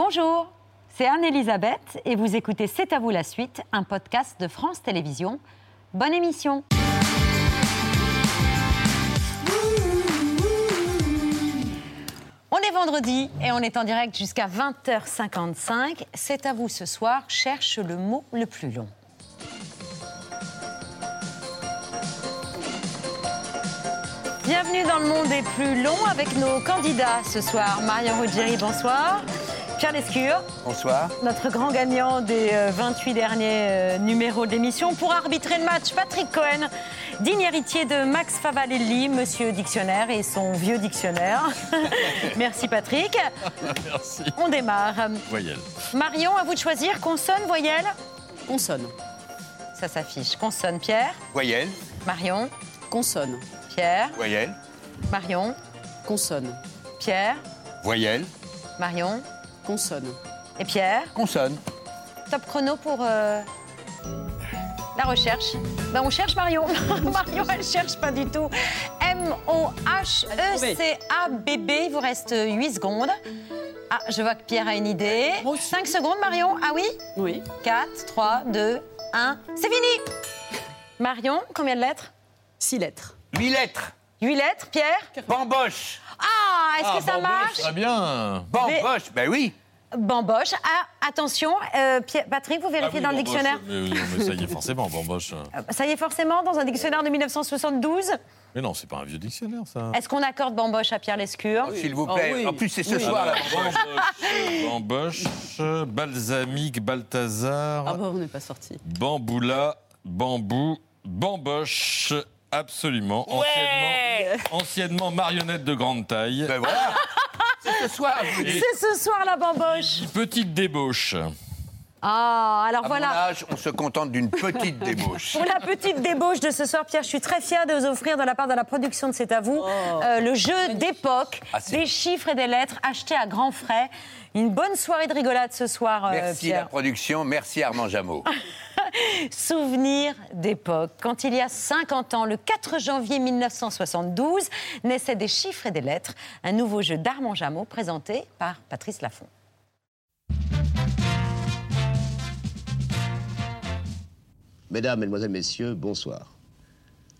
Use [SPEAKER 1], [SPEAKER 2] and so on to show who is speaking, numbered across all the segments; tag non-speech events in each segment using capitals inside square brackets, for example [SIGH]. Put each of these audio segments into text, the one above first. [SPEAKER 1] Bonjour, c'est Anne-Elisabeth et vous écoutez C'est à vous la suite, un podcast de France Télévisions. Bonne émission On est vendredi et on est en direct jusqu'à 20h55. C'est à vous ce soir, cherche le mot le plus long. Bienvenue dans le monde des plus longs avec nos candidats ce soir. Marion Ruggieri, bonsoir. Pierre Lescure,
[SPEAKER 2] Bonsoir.
[SPEAKER 1] notre grand gagnant des euh, 28 derniers euh, numéros de l'émission. Pour arbitrer le match, Patrick Cohen, digne héritier de Max Favalelli, monsieur dictionnaire et son vieux dictionnaire. [LAUGHS] Merci Patrick.
[SPEAKER 3] Merci.
[SPEAKER 1] On démarre.
[SPEAKER 3] Voyelle.
[SPEAKER 1] Marion, à vous de choisir consonne, voyelle
[SPEAKER 4] Consonne.
[SPEAKER 1] Ça s'affiche. Consonne, Pierre.
[SPEAKER 2] Voyelle,
[SPEAKER 1] Marion,
[SPEAKER 4] Consonne.
[SPEAKER 1] Pierre,
[SPEAKER 2] voyelle,
[SPEAKER 1] Marion,
[SPEAKER 4] Consonne.
[SPEAKER 1] Pierre,
[SPEAKER 2] voyelle,
[SPEAKER 1] Marion
[SPEAKER 4] Consonne.
[SPEAKER 1] et Pierre.
[SPEAKER 2] consonne.
[SPEAKER 1] Top chrono pour euh, la recherche. Ben, on cherche [LAUGHS] Marion. Marion, elle cherche pas du tout. E M-O-H-E-C-A-B-B. Il vous reste 8 secondes. Ah, je vois que Pierre a une idée.
[SPEAKER 4] Moi aussi.
[SPEAKER 1] 5 secondes, Marion. Ah oui
[SPEAKER 4] Oui.
[SPEAKER 1] 4, 3, 2, 1. C'est fini Marion, combien de lettres
[SPEAKER 4] Six lettres.
[SPEAKER 2] Huit lettres.
[SPEAKER 1] 8 lettres, Pierre
[SPEAKER 2] Bamboche.
[SPEAKER 1] Ah, est-ce que ça marche
[SPEAKER 3] Très bien.
[SPEAKER 2] Bamboche, ben oui.
[SPEAKER 1] Bamboche. Ah, attention, euh, Pierre- Patrick, vous
[SPEAKER 3] Ah
[SPEAKER 1] vérifiez dans le dictionnaire. Ah.
[SPEAKER 3] Mais, oui, euh, mais ça y est, forcément, hein. bamboche.
[SPEAKER 1] Ça y est, forcément, dans un dictionnaire de 1972.
[SPEAKER 3] Mais non, c'est pas un vieux dictionnaire, ça.
[SPEAKER 1] Est-ce qu'on accorde bamboche à Pierre Lescure
[SPEAKER 2] Ah. S'il vous
[SPEAKER 4] Ah
[SPEAKER 2] plaît.
[SPEAKER 4] oui.
[SPEAKER 2] En plus, c'est ce
[SPEAKER 4] Oui.
[SPEAKER 2] soir, là.
[SPEAKER 3] Ah Bamboche, Bamboche, balsamique, Balthazar,
[SPEAKER 4] Ah bah on n'est pas sorti.
[SPEAKER 3] bamboula, bambou, bamboche, absolument.
[SPEAKER 4] Eh.
[SPEAKER 3] anciennement, anciennement marionnette de grande taille.
[SPEAKER 2] Ben voilà. c'est ce soir. je vous dis.
[SPEAKER 3] Et
[SPEAKER 1] C'est ce soir la bamboche.
[SPEAKER 3] petite débauche.
[SPEAKER 1] Ah, alors
[SPEAKER 2] À mon
[SPEAKER 1] voilà.
[SPEAKER 2] âge, on se contente d'une petite
[SPEAKER 1] [LAUGHS]
[SPEAKER 2] débauche.
[SPEAKER 1] Pour la petite débauche de ce soir, Pierre, je suis très fière de vous offrir de la part de la production de C'est à
[SPEAKER 4] Oh.
[SPEAKER 1] vous euh, le jeu d'époque
[SPEAKER 2] Ah, c'est-
[SPEAKER 1] des chiffres et des lettres achetés à grands frais. Une bonne soirée de rigolade ce soir, euh,
[SPEAKER 2] Merci la
[SPEAKER 1] Pierre.
[SPEAKER 2] production, merci Armand Jameau.
[SPEAKER 1] [LAUGHS] Souvenir d'époque. Quand il y a 50 ans, le 4 janvier 1972, naissait des chiffres et des lettres, un nouveau jeu d'Armand Jameau présenté par Patrice Laffont.
[SPEAKER 5] Mesdames, Mesdemoiselles, Messieurs, bonsoir.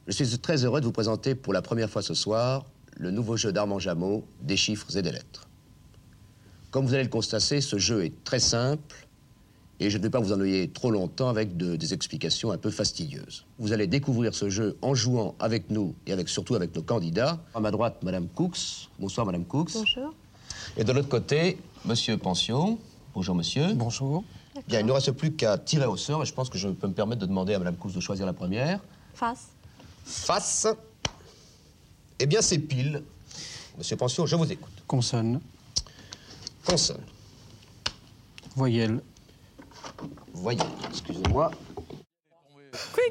[SPEAKER 5] Je suis très heureux de vous présenter pour la première fois ce soir le nouveau jeu d'Armand Jameau, des chiffres et des lettres. Comme vous allez le constater, ce jeu est très simple et je ne vais pas vous ennuyer trop longtemps avec de- des explications un peu fastidieuses. Vous allez découvrir ce jeu en jouant avec nous et avec, surtout avec nos candidats. À ma droite, Madame Cooks. Bonsoir, Madame Cooks. Bonjour. Et de l'autre côté, Monsieur Pension. Bonjour, monsieur.
[SPEAKER 6] Bonjour.
[SPEAKER 5] Bien, il ne nous reste plus qu'à tirer au sort et je pense que je peux me permettre de demander à Madame Cous de choisir la première.
[SPEAKER 7] Face.
[SPEAKER 5] Face. Eh bien, c'est pile. Monsieur Pension, je vous écoute.
[SPEAKER 6] Consonne,
[SPEAKER 5] Consonne.
[SPEAKER 6] voyelle,
[SPEAKER 5] Voyez, excusez-moi.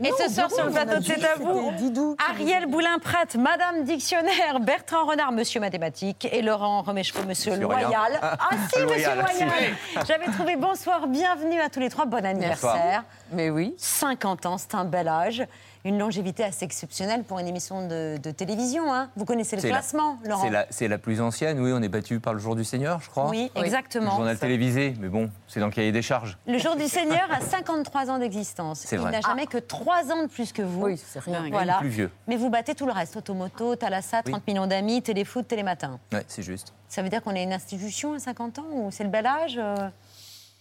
[SPEAKER 1] Et ce soir sur le plateau de C'est à vous, Ariel Boulin-Pratt, Madame Dictionnaire, Bertrand Renard, Monsieur Mathématique et Laurent Romeshko, Monsieur
[SPEAKER 2] Monsieur
[SPEAKER 1] Loyal.
[SPEAKER 2] Royal.
[SPEAKER 1] Ah si, Monsieur
[SPEAKER 2] Loyal.
[SPEAKER 1] Loyal J'avais trouvé bonsoir, bienvenue à tous les trois, bon anniversaire.
[SPEAKER 4] Mais oui.
[SPEAKER 1] 50 ans, c'est un bel âge. Une longévité assez exceptionnelle pour une émission de, de télévision. hein. Vous connaissez le
[SPEAKER 8] C'est la-
[SPEAKER 1] classement, Laurent
[SPEAKER 8] C'est la, c'est la plus ancienne, oui, on est battu par le jour du Seigneur, je crois.
[SPEAKER 1] Oui,
[SPEAKER 8] Le
[SPEAKER 1] exactement.
[SPEAKER 8] journal télévisé, mais bon, c'est dans le cahier des charges.
[SPEAKER 1] Le jour du Seigneur a 53 ans d'existence.
[SPEAKER 8] C'est
[SPEAKER 1] Il
[SPEAKER 8] vrai.
[SPEAKER 1] n'a jamais que 3 ans de plus que vous.
[SPEAKER 4] Oui, c'est rien.
[SPEAKER 1] Donc, Voilà.
[SPEAKER 8] Plus vieux.
[SPEAKER 1] Mais vous battez tout le reste. Automoto, Thalassa, 30 millions d'amis, Téléfoot, Télématin.
[SPEAKER 8] Ouais, c'est juste.
[SPEAKER 1] Ça veut dire qu'on est une institution à 50 ans ou c'est le bel âge euh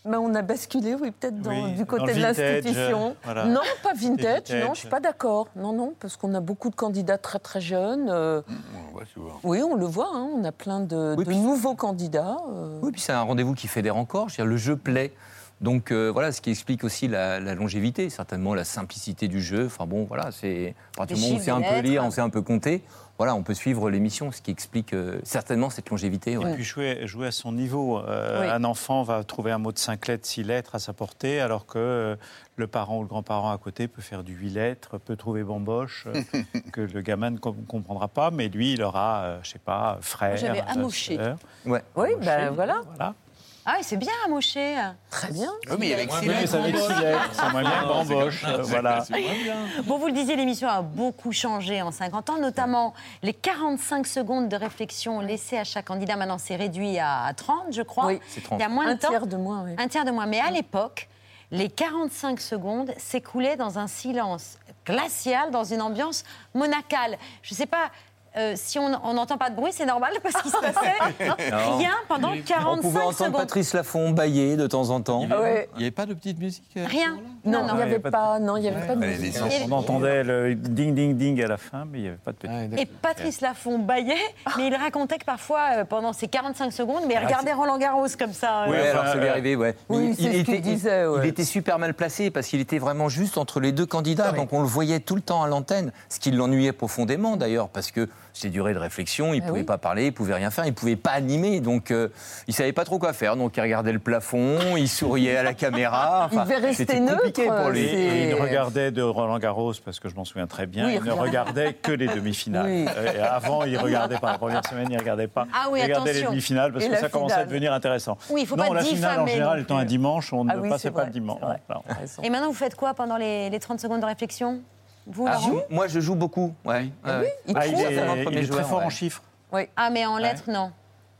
[SPEAKER 9] Mais Ben, on a basculé, oui, peut-être dans-
[SPEAKER 10] Oui,
[SPEAKER 9] du
[SPEAKER 10] dans le
[SPEAKER 9] côté de
[SPEAKER 10] vintage,
[SPEAKER 9] l'institution.
[SPEAKER 10] euh, voilà.
[SPEAKER 9] Non, pas vintage,
[SPEAKER 10] vintage.
[SPEAKER 9] non, je suis pas d'accord. Non, non, parce qu'on a beaucoup de candidats très très jeunes. euh,
[SPEAKER 2] Mm,
[SPEAKER 9] oui, on le voit, hein, on a plein de,
[SPEAKER 8] Oui,
[SPEAKER 9] de
[SPEAKER 8] puis-
[SPEAKER 9] nouveaux candidats. euh.
[SPEAKER 8] Oui, puis c'est un rendez-vous qui fédère encore, je veux dire, le jeu plaît. Donc euh, voilà, ce qui explique aussi la, la longévité, certainement la simplicité du jeu. Enfin bon, voilà, c'est à partir
[SPEAKER 1] Des
[SPEAKER 8] du moment où on
[SPEAKER 1] chiffres,
[SPEAKER 8] sait un
[SPEAKER 1] des
[SPEAKER 8] peu lire,
[SPEAKER 1] lettres.
[SPEAKER 8] on sait un peu compter, voilà, on peut suivre l'émission, ce qui explique euh, certainement cette longévité. ouais.
[SPEAKER 10] Et puis jouer, jouer à son niveau. Euh,
[SPEAKER 9] Oui.
[SPEAKER 10] Un enfant va trouver un mot de 5 lettres, 6 lettres à sa portée, alors que euh, le parent ou le grand-parent à côté peut faire du 8 lettres, peut trouver bamboche, euh, que le gamin ne com- comprendra pas, mais lui, il aura, euh, je sais pas, frère.
[SPEAKER 4] J'avais
[SPEAKER 10] euh,
[SPEAKER 4] amoché.
[SPEAKER 10] sœur.
[SPEAKER 8] Ouais.
[SPEAKER 9] Oui, ben
[SPEAKER 10] Amoché,
[SPEAKER 9] voilà.
[SPEAKER 10] voilà.
[SPEAKER 1] Ah, oui, c'est bien, Moshe.
[SPEAKER 9] Très bien.
[SPEAKER 11] Oui, mais avec
[SPEAKER 3] Ouais,
[SPEAKER 11] six
[SPEAKER 3] mais
[SPEAKER 2] Oui,
[SPEAKER 11] lettres.
[SPEAKER 2] ça va être six lettres, ça m'a bien bamboche. Voilà.
[SPEAKER 3] C'est moins bien.
[SPEAKER 1] Bon, vous le disiez, l'émission a beaucoup changé en 50 ans, notamment les 45 secondes de réflexion laissées à chaque candidat. Maintenant, c'est réduit à 30, je crois.
[SPEAKER 9] Oui,
[SPEAKER 8] c'est 30.
[SPEAKER 1] Il y a moins
[SPEAKER 9] Un
[SPEAKER 1] de temps.
[SPEAKER 9] tiers de moins, oui.
[SPEAKER 1] Un tiers de moins. Mais à l'époque, les 45 secondes s'écoulaient dans un silence glacial, dans une ambiance monacale. Je ne sais pas. euh, si on on n'entend pas de bruit, c'est normal parce qu'il se passait
[SPEAKER 8] [LAUGHS]
[SPEAKER 1] rien pendant 45
[SPEAKER 8] On pouvait entendre
[SPEAKER 1] secondes.
[SPEAKER 8] Patrice Lafont bailler de temps en temps.
[SPEAKER 3] Il y avait-
[SPEAKER 9] Ouais.
[SPEAKER 3] il n'y avait pas de petite musique euh,
[SPEAKER 1] Rien.
[SPEAKER 9] Non, il n'y avait
[SPEAKER 2] de-
[SPEAKER 9] pas, non, il y avait pas de
[SPEAKER 11] Allez,
[SPEAKER 9] musique.
[SPEAKER 11] les sens.
[SPEAKER 2] On entendait le ding ding ding à la fin, mais il n'y avait pas de petit.
[SPEAKER 1] Et Patrice Laffont baillait, mais il racontait que parfois, euh, pendant ces 45 secondes, mais regardez Roland Garros comme ça. euh,
[SPEAKER 8] Ouais,
[SPEAKER 2] enfin,
[SPEAKER 8] alors ça lui est
[SPEAKER 2] euh,
[SPEAKER 8] arrivé, ouais.
[SPEAKER 9] oui,
[SPEAKER 8] Mais
[SPEAKER 9] c'est ce qu'il disait, ouais.
[SPEAKER 8] il était super mal placé parce qu'il était vraiment juste entre les deux
[SPEAKER 9] Ah
[SPEAKER 8] candidats, donc on le voyait tout le temps à l'antenne, ce qui l'ennuyait profondément d'ailleurs, parce que ces durées de réflexion, il ne pouvait
[SPEAKER 9] Eh oui.
[SPEAKER 8] pas parler, il pouvait rien faire, il pouvait pas animer, donc euh, il savait pas trop quoi faire, donc il regardait le plafond, il souriait à la caméra,
[SPEAKER 9] [LAUGHS] Il devait rester
[SPEAKER 8] c'était compliqué
[SPEAKER 9] neutre,
[SPEAKER 8] pour
[SPEAKER 2] Et,
[SPEAKER 8] lui.
[SPEAKER 9] Euh, c'est-
[SPEAKER 2] et il ne regardait de Roland Garros, parce que je m'en souviens très bien,
[SPEAKER 9] Oui,
[SPEAKER 2] il ne
[SPEAKER 9] regarde.
[SPEAKER 2] regardait que les demi-finales.
[SPEAKER 9] Oui.
[SPEAKER 2] Euh, et avant, il regardait pas. La première semaine, il ne regardait pas.
[SPEAKER 1] Ah oui,
[SPEAKER 2] il regardait
[SPEAKER 1] attention.
[SPEAKER 2] les demi-finales parce
[SPEAKER 9] Et
[SPEAKER 2] que
[SPEAKER 9] la
[SPEAKER 2] ça commençait à
[SPEAKER 9] finale.
[SPEAKER 2] devenir intéressant.
[SPEAKER 1] Oui, il faut
[SPEAKER 2] non,
[SPEAKER 1] pas
[SPEAKER 2] la finale, en
[SPEAKER 1] diffamer
[SPEAKER 2] général,
[SPEAKER 1] non
[SPEAKER 2] étant
[SPEAKER 1] plus.
[SPEAKER 2] un dimanche, on
[SPEAKER 9] Ah
[SPEAKER 2] ne
[SPEAKER 9] oui,
[SPEAKER 2] passait
[SPEAKER 9] c'est
[SPEAKER 2] pas
[SPEAKER 9] vrai,
[SPEAKER 2] le dimanche.
[SPEAKER 9] c'est vrai.
[SPEAKER 2] Voilà.
[SPEAKER 9] T'as raison.
[SPEAKER 1] Et maintenant, vous faites quoi pendant les, les 30 secondes de réflexion Vous,
[SPEAKER 8] Ah,
[SPEAKER 1] Laurent
[SPEAKER 8] moi je joue beaucoup, ouais. ouais.
[SPEAKER 9] Eh Il
[SPEAKER 2] Ah, il
[SPEAKER 9] trouve.
[SPEAKER 2] est,
[SPEAKER 8] c'est mon
[SPEAKER 2] il
[SPEAKER 8] premier
[SPEAKER 2] est très
[SPEAKER 8] joueur,
[SPEAKER 2] fort en
[SPEAKER 8] ouais.
[SPEAKER 2] chiffres.
[SPEAKER 1] Ah, mais en lettres, non.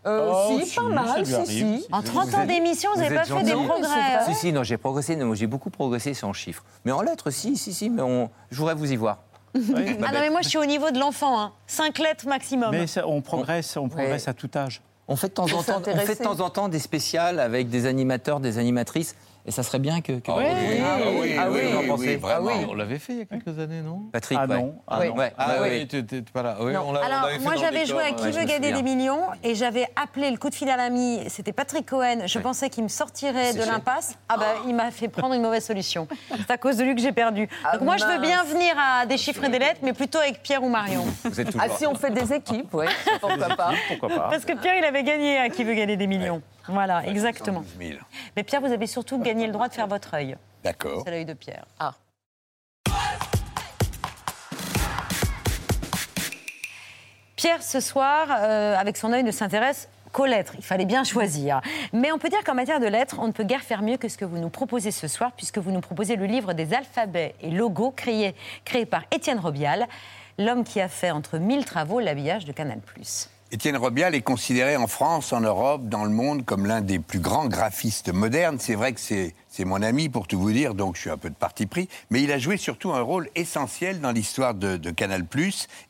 [SPEAKER 9] Euh,
[SPEAKER 2] Oh,
[SPEAKER 9] si,
[SPEAKER 2] si,
[SPEAKER 9] pas mal,
[SPEAKER 2] ça lui
[SPEAKER 9] si,
[SPEAKER 2] arrive.
[SPEAKER 9] si.
[SPEAKER 1] En 30 ans
[SPEAKER 8] êtes-
[SPEAKER 1] d'émission, vous
[SPEAKER 8] vous
[SPEAKER 1] n'avez pas
[SPEAKER 8] êtes
[SPEAKER 1] fait des
[SPEAKER 8] gentil.
[SPEAKER 1] progrès.
[SPEAKER 9] Non,
[SPEAKER 1] hein.
[SPEAKER 8] Si, si, non, j'ai progressé, non, j'ai beaucoup progressé, c'est en chiffres. Mais en lettres, si, si, si, mais on... je voudrais vous y voir.
[SPEAKER 1] Ah non, mais moi, je suis au niveau de l'enfant. 5 lettres maximum.
[SPEAKER 2] Mais ça- on progresse, on progresse à tout âge.
[SPEAKER 8] On fait de temps, en temps, on
[SPEAKER 9] s'intéresser.
[SPEAKER 8] fait de temps en temps des spéciales avec des animateurs, des animatrices, et ça serait bien que, que-
[SPEAKER 3] Ah
[SPEAKER 11] Ah oui,
[SPEAKER 8] Ah oui,
[SPEAKER 11] oui,
[SPEAKER 8] j'en
[SPEAKER 11] oui,
[SPEAKER 8] pensais.
[SPEAKER 11] oui, vraiment.
[SPEAKER 3] On l'avait fait il y a quelques années, non
[SPEAKER 8] Patrick.
[SPEAKER 2] Ah
[SPEAKER 8] ouais.
[SPEAKER 2] non, ah
[SPEAKER 8] Ouais,
[SPEAKER 2] non.
[SPEAKER 8] ouais,
[SPEAKER 3] Ah
[SPEAKER 8] ouais,
[SPEAKER 3] oui, tu n'étais pas là. Oui, on l'a- on
[SPEAKER 1] Alors,
[SPEAKER 3] l'avait fait
[SPEAKER 1] moi,
[SPEAKER 3] dans
[SPEAKER 1] j'avais
[SPEAKER 3] des
[SPEAKER 1] joué à
[SPEAKER 3] corps,
[SPEAKER 1] Qui
[SPEAKER 3] ouais.
[SPEAKER 1] veut gagner des
[SPEAKER 8] souviens.
[SPEAKER 1] millions et j'avais appelé le coup de fil à l'ami. C'était Patrick Cohen. Je pensais qu'il me sortirait de
[SPEAKER 8] Séché.
[SPEAKER 1] l'impasse. Ah ben, il m'a fait prendre une mauvaise solution. C'est à cause de lui que j'ai perdu.
[SPEAKER 9] Ah,
[SPEAKER 1] Donc, moi, je veux bien venir à des chiffres et des lettres, mais plutôt avec Pierre ou Marion.
[SPEAKER 8] Vous êtes
[SPEAKER 9] Ah
[SPEAKER 8] toujours.
[SPEAKER 9] si, on fait des équipes, ouais. Pourquoi pas
[SPEAKER 2] Pourquoi pas
[SPEAKER 1] Parce que Pierre, il avait gagné à Qui veut gagner des millions. Voilà, exactement.
[SPEAKER 11] 12 000.
[SPEAKER 1] Mais Pierre, vous avez surtout gagné le droit de faire votre œil.
[SPEAKER 11] D'accord.
[SPEAKER 1] C'est l'œil de Pierre.
[SPEAKER 9] Ah.
[SPEAKER 1] Pierre, ce soir, euh, avec son œil, ne s'intéresse qu'aux lettres. Il fallait bien choisir. Mais on peut dire qu'en matière de lettres, on ne peut guère faire mieux que ce que vous nous proposez ce soir, puisque vous nous proposez le livre des alphabets et logos créé, créé par Étienne Robial, l'homme qui a fait entre mille travaux l'habillage de Canal+.
[SPEAKER 11] Étienne Robial est considéré en France, en Europe, dans le monde comme l'un des plus grands graphistes modernes. C'est vrai que c'est c'est mon ami pour tout vous dire, donc je suis un peu de parti pris. Mais il a joué surtout un rôle essentiel dans l'histoire de, de Canal+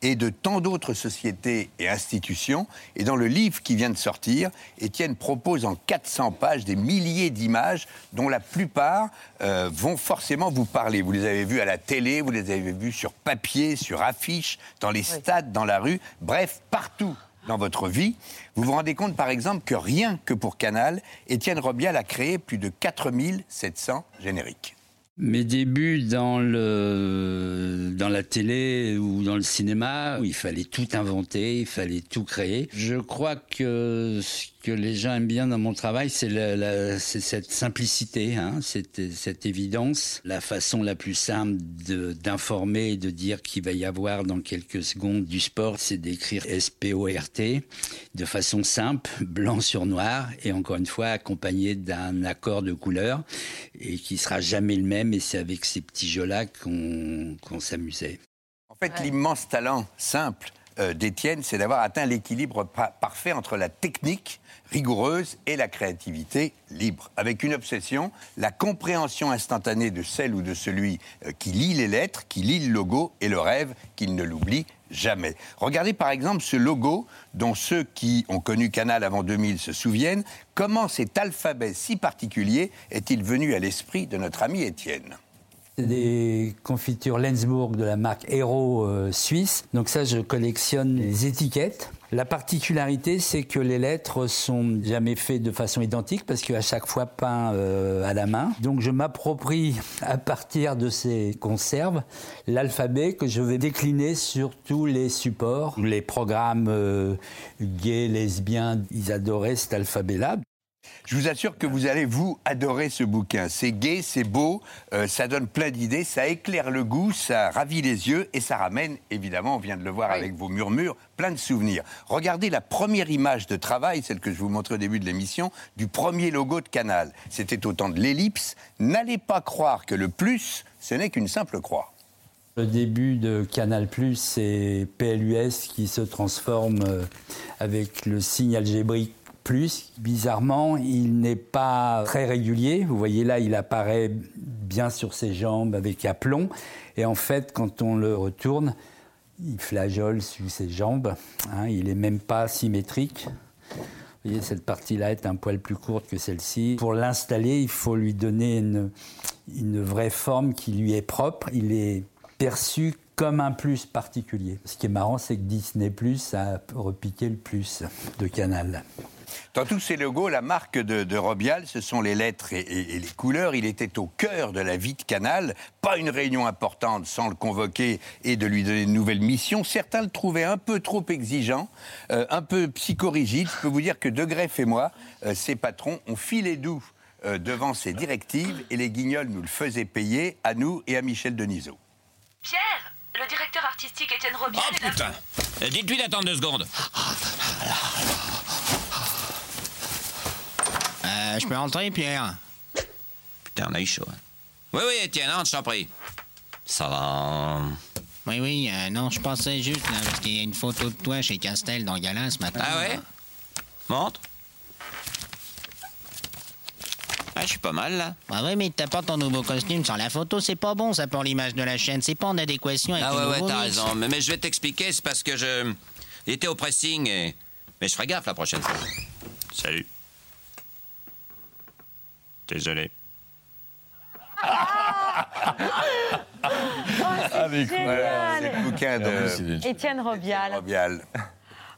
[SPEAKER 11] et de tant d'autres sociétés et institutions. Et dans le livre qui vient de sortir, Étienne propose en 400 pages des milliers d'images, dont la plupart euh, vont forcément vous parler. Vous les avez vues à la télé, vous les avez vues sur papier, sur affiche, dans les stades, dans la rue, bref, partout dans votre vie. Vous vous rendez compte, par exemple, que rien que pour Canal, Étienne Robial a créé plus de 4700 génériques.
[SPEAKER 7] Mes débuts dans, le, dans la télé ou dans le cinéma, où il fallait tout inventer, il fallait tout créer. Je crois que ce que les gens aiment bien dans mon travail, c'est la- la- c'est cette simplicité, hein, cette, cette évidence, la façon la plus simple de- d'informer et de dire qu'il va y avoir dans quelques secondes du sport, c'est d'écrire S-P-O-R-T de façon simple, blanc sur noir, et encore une fois accompagné d'un accord de couleur, et qui sera jamais le même, et c'est avec ces petits jeux-là qu'on qu'on s'amusait.
[SPEAKER 11] En fait, l'immense talent simple euh, d'Étienne, c'est d'avoir atteint l'équilibre pa- parfait entre la technique rigoureuse et la créativité libre, avec une obsession, la compréhension instantanée de celle ou de celui euh, qui lit les lettres, qui lit le logo et le rêve qu'il ne l'oublie jamais. Regardez par exemple ce logo dont ceux qui ont connu Canal avant 2000 se souviennent. Comment cet alphabet si particulier est-il venu à l'esprit de notre ami Étienne
[SPEAKER 7] C'est des confitures Lenzbourg de la marque Hero euh, suisse. Donc ça, je collectionne les étiquettes. La particularité, c'est que les lettres sont jamais faites de façon identique parce qu'à chaque fois peint euh, à la main. Donc je m'approprie à partir de ces conserves l'alphabet que je vais décliner sur tous les supports. Les programmes euh, gays, lesbiens, ils adoraient cet alphabet-là.
[SPEAKER 11] Je vous assure que vous allez, vous, adorer ce bouquin. C'est gai, c'est beau, euh, ça donne plein d'idées, ça éclaire le goût, ça ravit les yeux et ça ramène, évidemment, on vient de le voir avec vos murmures, plein de souvenirs. Regardez la première image de travail, celle que je vous montrais au début de l'émission, du premier logo de Canal. C'était au temps de l'ellipse. N'allez pas croire que le plus, ce n'est qu'une simple croix.
[SPEAKER 7] Le début de Canal+, c'est PLUS qui se transforme euh, avec le signe algébrique plus. Bizarrement, il n'est pas très régulier. Vous voyez là, il apparaît bien sur ses jambes avec aplomb. Et en fait, quand on le retourne, il flageole sur ses jambes. hein. il n'est même pas symétrique. Vous voyez, cette partie-là est un poil plus courte que celle-ci. Pour l'installer, il faut lui donner une, une vraie forme qui lui est propre. Il est perçu comme un plus particulier. Ce qui est marrant, c'est que Disney Plus a repiqué le plus de Canal.
[SPEAKER 11] Dans tous ces logos, la marque de, de Robial, ce sont les lettres et, et- et les couleurs. Il était au cœur de la vie de Canal. Pas une réunion importante sans le convoquer et de lui donner de nouvelles missions. Certains le trouvaient un peu trop exigeant, euh, un peu psychorigide. Je peux vous dire que De Greff et moi, euh, ses patrons, on filait doux euh, devant ses directives et les guignols nous le faisaient payer à nous et à Michel Denisot.
[SPEAKER 12] Pierre, le directeur artistique Étienne Robial
[SPEAKER 11] Ah,
[SPEAKER 12] est là-
[SPEAKER 13] Putain Euh, Dites-lui d'attendre deux secondes. Euh, je peux entrer, Pierre Putain, on a eu chaud. hein. Oui, oui, Étienne, rentre, je t'en prie. Ça va.
[SPEAKER 14] Oui, oui, euh, non, je pensais juste, là, parce qu'il y a une photo de toi chez Castel dans Gala ce matin.
[SPEAKER 13] Ah ouais Montre. Ah, je suis pas mal, là.
[SPEAKER 14] Ah ouais, mais t'apportes ton nouveau costume sans la photo, c'est pas bon, ça, pour l'image de la chaîne. C'est pas en adéquation avec
[SPEAKER 13] Ah
[SPEAKER 14] ton
[SPEAKER 13] ouais, ouais,
[SPEAKER 14] nouveau
[SPEAKER 13] t'as
[SPEAKER 14] mix.
[SPEAKER 13] raison. Mais, mais je vais t'expliquer, c'est parce que je... Il était au pressing et... Mais je ferai gaffe la prochaine fois. Salut. Désolé. Ah,
[SPEAKER 1] Oh,
[SPEAKER 11] Voilà, Ah, c'est le bouquin de
[SPEAKER 1] Étienne Robial.
[SPEAKER 11] Euh, Robial.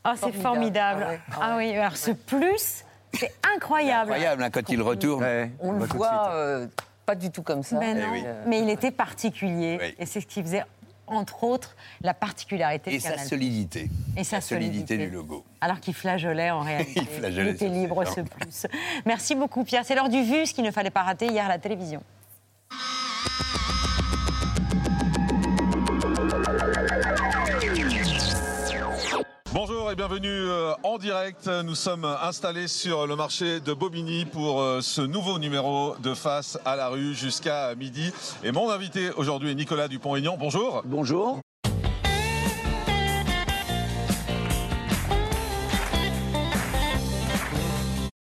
[SPEAKER 1] Ah, c'est formidable. Ah oui, alors ce plus, c'est incroyable.
[SPEAKER 11] Incroyable hein, quand il retourne.
[SPEAKER 9] On le voit euh, pas du tout comme ça.
[SPEAKER 11] Eh
[SPEAKER 1] Mais, non,
[SPEAKER 9] Euh,
[SPEAKER 1] mais il était particulier. Et c'est ce qui faisait, entre autres, la particularité
[SPEAKER 11] Et
[SPEAKER 1] de
[SPEAKER 11] sa
[SPEAKER 1] Canal+.
[SPEAKER 11] solidité.
[SPEAKER 1] Et sa
[SPEAKER 11] La solidité
[SPEAKER 1] solidité.
[SPEAKER 11] du logo.
[SPEAKER 1] Alors qu'il flageolait en réalité.
[SPEAKER 11] [LAUGHS] Il flageolait
[SPEAKER 1] était
[SPEAKER 11] sur
[SPEAKER 1] libre,
[SPEAKER 11] ses
[SPEAKER 1] ce
[SPEAKER 11] jambes.
[SPEAKER 1] plus. Merci beaucoup, Pierre. C'est l'heure du vu, ce qu'il ne fallait pas rater hier à la télévision.
[SPEAKER 15] Bonjour et bienvenue euh, en direct. Nous sommes installés sur le marché de Bobigny pour euh, ce nouveau numéro de Face à la rue jusqu'à midi. Et mon invité aujourd'hui est Nicolas Dupont-Aignan. Bonjour.
[SPEAKER 16] [LAUGHS]
[SPEAKER 15] Bonjour.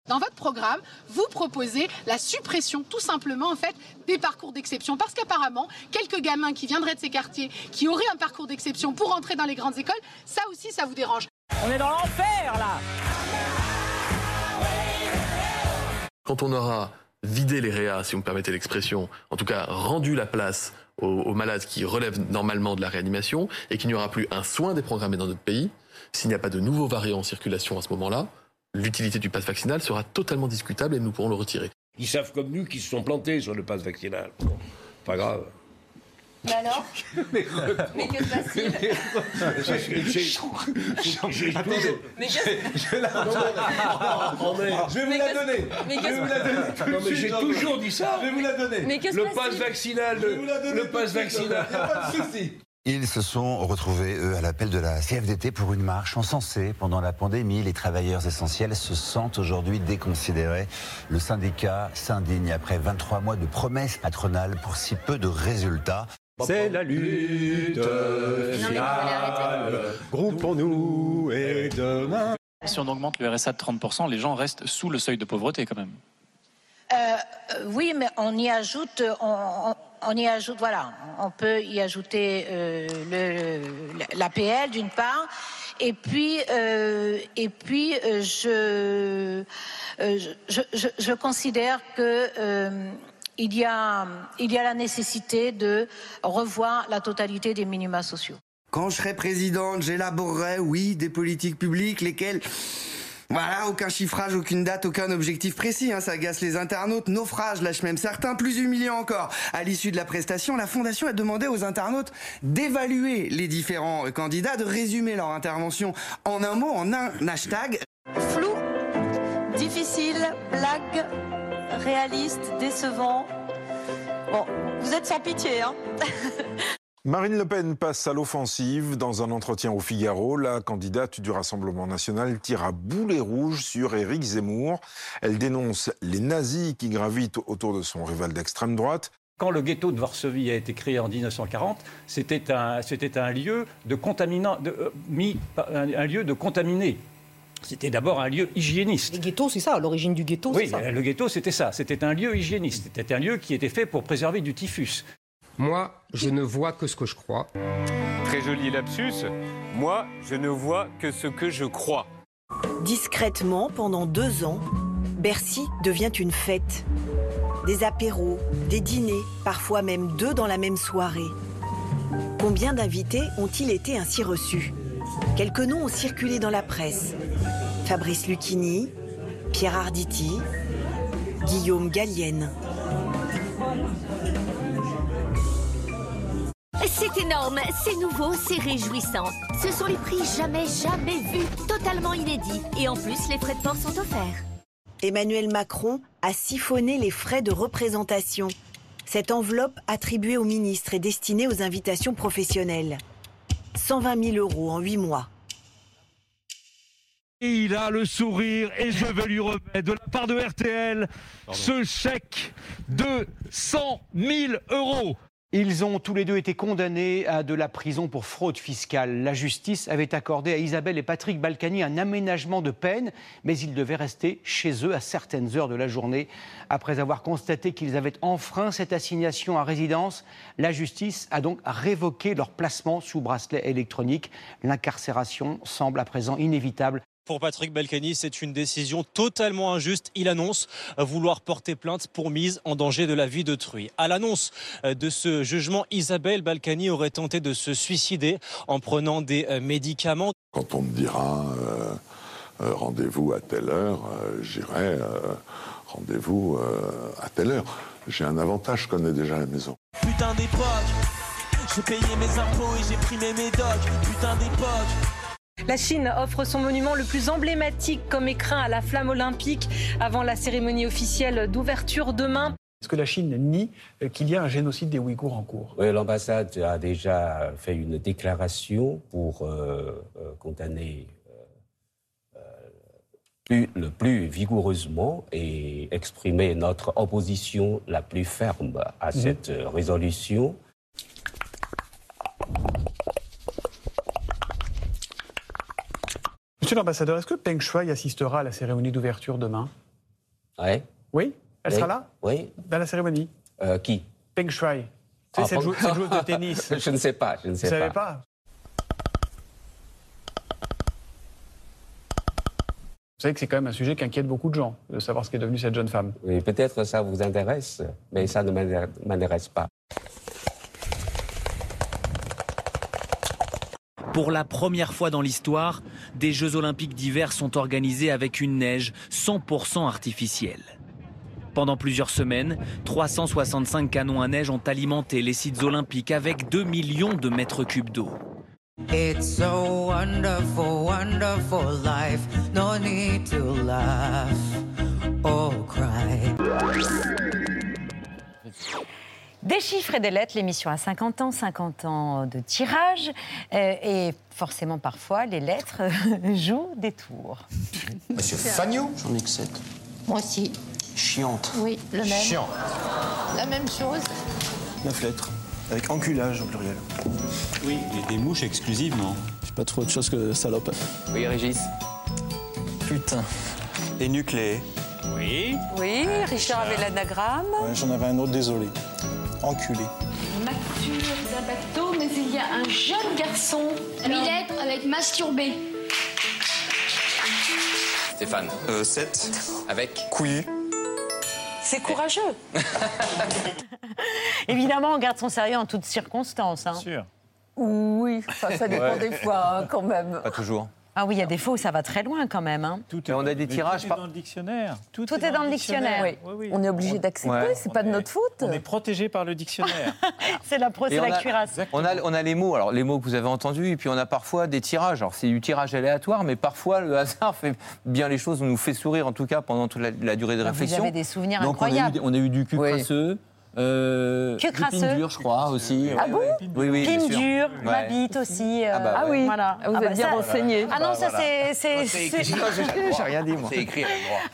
[SPEAKER 17] Dans votre programme, vous proposez la suppression tout simplement en fait des parcours d'exception parce qu'apparemment, quelques gamins qui viendraient de ces quartiers, qui auraient un parcours d'exception pour entrer dans les grandes écoles, ça aussi ça vous dérange. On est dans l'enfer là.
[SPEAKER 3] Quand on aura vidé les réas, si vous me permettez l'expression, en tout cas rendu la place aux, aux malades qui relèvent normalement de la réanimation, et qu'il n'y aura plus un soin déprogrammé dans notre pays, s'il n'y a pas de nouveaux variants en circulation à ce moment-là, l'utilité du pass vaccinal sera totalement discutable et nous pourrons le retirer.
[SPEAKER 16] Ils savent comme nous qu'ils se sont plantés sur le pass vaccinal. Pas grave.
[SPEAKER 18] Mais alors [LAUGHS] Mais que se passe-t-il Mais
[SPEAKER 16] [LAUGHS]
[SPEAKER 18] que-
[SPEAKER 16] Je vais vous la donner.
[SPEAKER 18] mais
[SPEAKER 16] Je
[SPEAKER 18] qu'est-ce-
[SPEAKER 16] vais vous la donner. tout de
[SPEAKER 18] Non, mais
[SPEAKER 16] suite,
[SPEAKER 18] j'ai
[SPEAKER 16] Jean-Claude.
[SPEAKER 18] toujours dit ça.
[SPEAKER 16] Je vais vous la donner.
[SPEAKER 18] Mais que se
[SPEAKER 16] le
[SPEAKER 18] passe-t-il
[SPEAKER 16] pass vaccinal.
[SPEAKER 18] Je vais vous la donner
[SPEAKER 16] Le,
[SPEAKER 18] tout
[SPEAKER 16] le pass
[SPEAKER 18] de suite. Ah, bah,
[SPEAKER 16] vaccinal.
[SPEAKER 18] Y a pas de
[SPEAKER 19] Ils se sont retrouvés, eux, à l'appel de la CFDT pour une marche encensée pendant la pandémie. Les travailleurs essentiels se sentent aujourd'hui déconsidérés. Le syndicat s'indigne après 23 mois de promesses patronales pour si peu de résultats.
[SPEAKER 20] C'est la lutte finale. Groupons-nous et demain.
[SPEAKER 21] Si on augmente le RSA de 30%, les gens restent sous le seuil de pauvreté quand même.
[SPEAKER 18] Euh, euh, oui, mais on y ajoute, euh, on, on- on y ajoute, voilà, on peut y ajouter euh, le- l'APL d'une part, et puis, euh, et puis euh, je, euh, je, je- je considère que euh, il y a, il y a la nécessité de revoir la totalité des minima sociaux.
[SPEAKER 22] Quand je serai présidente, j'élaborerai, oui, des politiques publiques, lesquelles... Voilà, aucun chiffrage, aucune date, aucun objectif précis, hein, ça agace les internautes, naufrage, lâche même certains, plus humiliant encore. À l'issue de la prestation, la Fondation a demandé aux internautes d'évaluer les différents euh, candidats, de résumer leur intervention en un mot, en un hashtag.
[SPEAKER 17] Flou,
[SPEAKER 10] Difficile, blague, réaliste, décevant. Bon, vous êtes sans pitié, hein
[SPEAKER 23] Marine Le Pen passe à l'offensive dans un entretien au Figaro. La candidate du Rassemblement national tire à boulet rouge sur Éric Zemmour. Elle dénonce les nazis qui gravitent autour de son rival d'extrême droite.
[SPEAKER 15] Quand le ghetto de Varsovie a été créé en 1940, c'était un, c'était un lieu de contaminant, de, euh, mis, un, un lieu de contaminés. C'était d'abord un lieu hygiéniste.
[SPEAKER 4] Les ghettos, c'est ça, l'origine du ghetto,
[SPEAKER 15] Oui,
[SPEAKER 4] c'est ça.
[SPEAKER 15] le ghetto, c'était ça. C'était un lieu hygiéniste. C'était un lieu qui était fait pour préserver du typhus.
[SPEAKER 24] Moi, je ne vois que ce que je crois.
[SPEAKER 25] Très joli lapsus. Moi, je ne vois que ce que je crois.
[SPEAKER 26] Discrètement, pendant deux ans, Bercy devient une fête. Des apéros, des dîners, parfois même deux dans la même soirée. Combien d'invités ont-ils été ainsi reçus Quelques noms ont circulé dans la presse. Fabrice Lucchini, Pierre Arditi, Guillaume Gallienne.
[SPEAKER 9] C'est énorme, c'est nouveau, c'est réjouissant. Ce sont les prix jamais, jamais vus, totalement inédits. Et en plus, les frais de port sont offerts.
[SPEAKER 26] Emmanuel Macron a siphonné les frais de représentation. Cette enveloppe attribuée au ministre est destinée aux invitations professionnelles. 120 000 euros en 8 mois.
[SPEAKER 27] Et il a le sourire et je vais lui remettre de la part de RTL ce chèque de 100 000 euros.
[SPEAKER 28] Ils ont tous les deux été condamnés à de la prison pour fraude fiscale. La justice avait accordé à Isabelle et Patrick Balkany un aménagement de peine, mais ils devaient rester chez eux à certaines heures de la journée. Après avoir constaté qu'ils avaient enfreint cette assignation à résidence, la justice a donc révoqué leur placement sous bracelet électronique. L'incarcération semble à présent inévitable.
[SPEAKER 29] Pour Patrick Balkany, c'est une décision totalement injuste. Il annonce vouloir porter plainte pour mise en danger de la vie d'autrui. À l'annonce euh, de ce jugement, Isabelle Balkany aurait tenté de se suicider en prenant des euh, médicaments.
[SPEAKER 30] Quand on me dira euh, euh, rendez-vous à telle heure, euh, j'irai euh, rendez-vous euh, à telle heure. J'ai un avantage, je connais déjà la maison.
[SPEAKER 31] Putain d'époque, j'ai payé mes impôts et j'ai primé mes docs. Putain d'époque.
[SPEAKER 32] La Chine offre son monument le plus emblématique comme écrin à la flamme olympique avant la cérémonie officielle d'ouverture demain.
[SPEAKER 33] Est-ce que la Chine nie euh, qu'il y a un génocide des Ouïghours en cours
[SPEAKER 34] Oui, l'ambassade a déjà fait une déclaration pour euh, euh, condamner euh, euh, plus- le plus vigoureusement et exprimer notre opposition la plus ferme
[SPEAKER 33] Mhm.
[SPEAKER 34] à cette euh, résolution.
[SPEAKER 33] Monsieur l'ambassadeur, est-ce que Peng Shuai assistera à la cérémonie d'ouverture demain
[SPEAKER 34] Ouais.
[SPEAKER 33] Oui Elle
[SPEAKER 34] Oui.
[SPEAKER 33] sera là
[SPEAKER 34] Oui.
[SPEAKER 33] Dans la cérémonie
[SPEAKER 34] Euh, qui
[SPEAKER 33] Peng Shuai. C'est
[SPEAKER 34] Ah,
[SPEAKER 33] cette,
[SPEAKER 34] bon.
[SPEAKER 33] jou- cette
[SPEAKER 34] [LAUGHS]
[SPEAKER 33] joueuse de tennis.
[SPEAKER 34] Je ne sais pas, je ne sais
[SPEAKER 33] Vous savez
[SPEAKER 34] pas.
[SPEAKER 33] pas Vous savez que c'est quand même un sujet qui inquiète beaucoup de gens, de savoir ce qu'est devenue cette jeune femme.
[SPEAKER 34] Oui, peut-être ça vous intéresse, mais ça ne m'intér- m'intéresse pas.
[SPEAKER 29] Pour la première fois dans l'histoire, des Jeux olympiques d'hiver sont organisés avec une neige 100% artificielle. Pendant plusieurs semaines, 365 canons à neige ont alimenté les sites olympiques avec 2 millions de mètres cubes d'eau.
[SPEAKER 35] It's so wonderful, wonderful life. No need to laugh or cry.
[SPEAKER 1] Des chiffres et des lettres, l'émission a 50 ans, 50 ans de tirage, euh, et forcément parfois les lettres [LAUGHS] jouent des tours.
[SPEAKER 36] Monsieur Fagnon J'en ai que 7.
[SPEAKER 18] Moi aussi.
[SPEAKER 36] Chiante.
[SPEAKER 18] Oui, le même.
[SPEAKER 36] Chiant.
[SPEAKER 18] La même chose.
[SPEAKER 36] 9 lettres. Avec enculage au pluriel.
[SPEAKER 2] Oui, des mouches exclusivement. J'ai pas trouvé autre chose que salope.
[SPEAKER 8] Oui, Régis.
[SPEAKER 2] Putain.
[SPEAKER 36] Et nucléé.
[SPEAKER 2] Oui.
[SPEAKER 4] Oui, Richard avait l'anagramme.
[SPEAKER 36] J'en avais un autre, désolé. Enculé. Mature d'un bateau, mais il y a un jeune garçon. Millette avec masturbé.
[SPEAKER 8] Stéphane. 7. Avec Couillu.
[SPEAKER 1] C'est courageux. [LAUGHS] Évidemment, on garde son sérieux en toutes circonstances. Hein.
[SPEAKER 37] Oui, enfin, ça dépend
[SPEAKER 8] Ouais.
[SPEAKER 37] des fois, hein, quand même.
[SPEAKER 8] Pas toujours.
[SPEAKER 1] Ah oui, il y a des fois où ça va très loin quand même. hein.
[SPEAKER 2] Tout est on a des tirages
[SPEAKER 1] par-
[SPEAKER 2] dans le dictionnaire.
[SPEAKER 1] Tout est dans le dictionnaire.
[SPEAKER 2] Oui, oui.
[SPEAKER 9] On est obligé d'accepter,
[SPEAKER 36] [LAUGHS]
[SPEAKER 2] Ouais.
[SPEAKER 9] c'est pas de notre faute.
[SPEAKER 2] On est protégé par le dictionnaire.
[SPEAKER 1] C'est la pro,
[SPEAKER 2] Et
[SPEAKER 1] c'est
[SPEAKER 2] on
[SPEAKER 1] la
[SPEAKER 2] a-
[SPEAKER 1] cuirasse.
[SPEAKER 8] On a, on a les mots, alors les mots que vous avez entendus, et puis on a parfois des tirages. Alors c'est du tirage aléatoire, mais parfois le hasard fait bien les choses, on nous fait sourire en tout cas pendant toute la, la durée de
[SPEAKER 1] Ah, vous
[SPEAKER 8] réflexion.
[SPEAKER 1] avez des souvenirs
[SPEAKER 8] Donc, on a eu
[SPEAKER 1] incroyables.
[SPEAKER 8] des- On a, eu, du cul crasseux. Euh,
[SPEAKER 1] Cul
[SPEAKER 8] du
[SPEAKER 1] crasseux.
[SPEAKER 8] pin dur, je crois, aussi.
[SPEAKER 1] Ah
[SPEAKER 8] Ouais,
[SPEAKER 1] bon
[SPEAKER 8] ouais. Oui, oui, bien
[SPEAKER 1] Pine
[SPEAKER 8] sûr.
[SPEAKER 1] dure,
[SPEAKER 8] Ouais.
[SPEAKER 1] ma bite aussi. euh,
[SPEAKER 8] Ah bah ouais.
[SPEAKER 1] Voilà.
[SPEAKER 9] Vous
[SPEAKER 1] Ah
[SPEAKER 9] êtes
[SPEAKER 1] bah
[SPEAKER 9] bien
[SPEAKER 1] ça-
[SPEAKER 9] renseigné.
[SPEAKER 1] Ah non, ça
[SPEAKER 8] Voilà.
[SPEAKER 1] c'est- c'est. c'est- [LAUGHS]
[SPEAKER 8] J'ai rien dit, moi. C'est écrit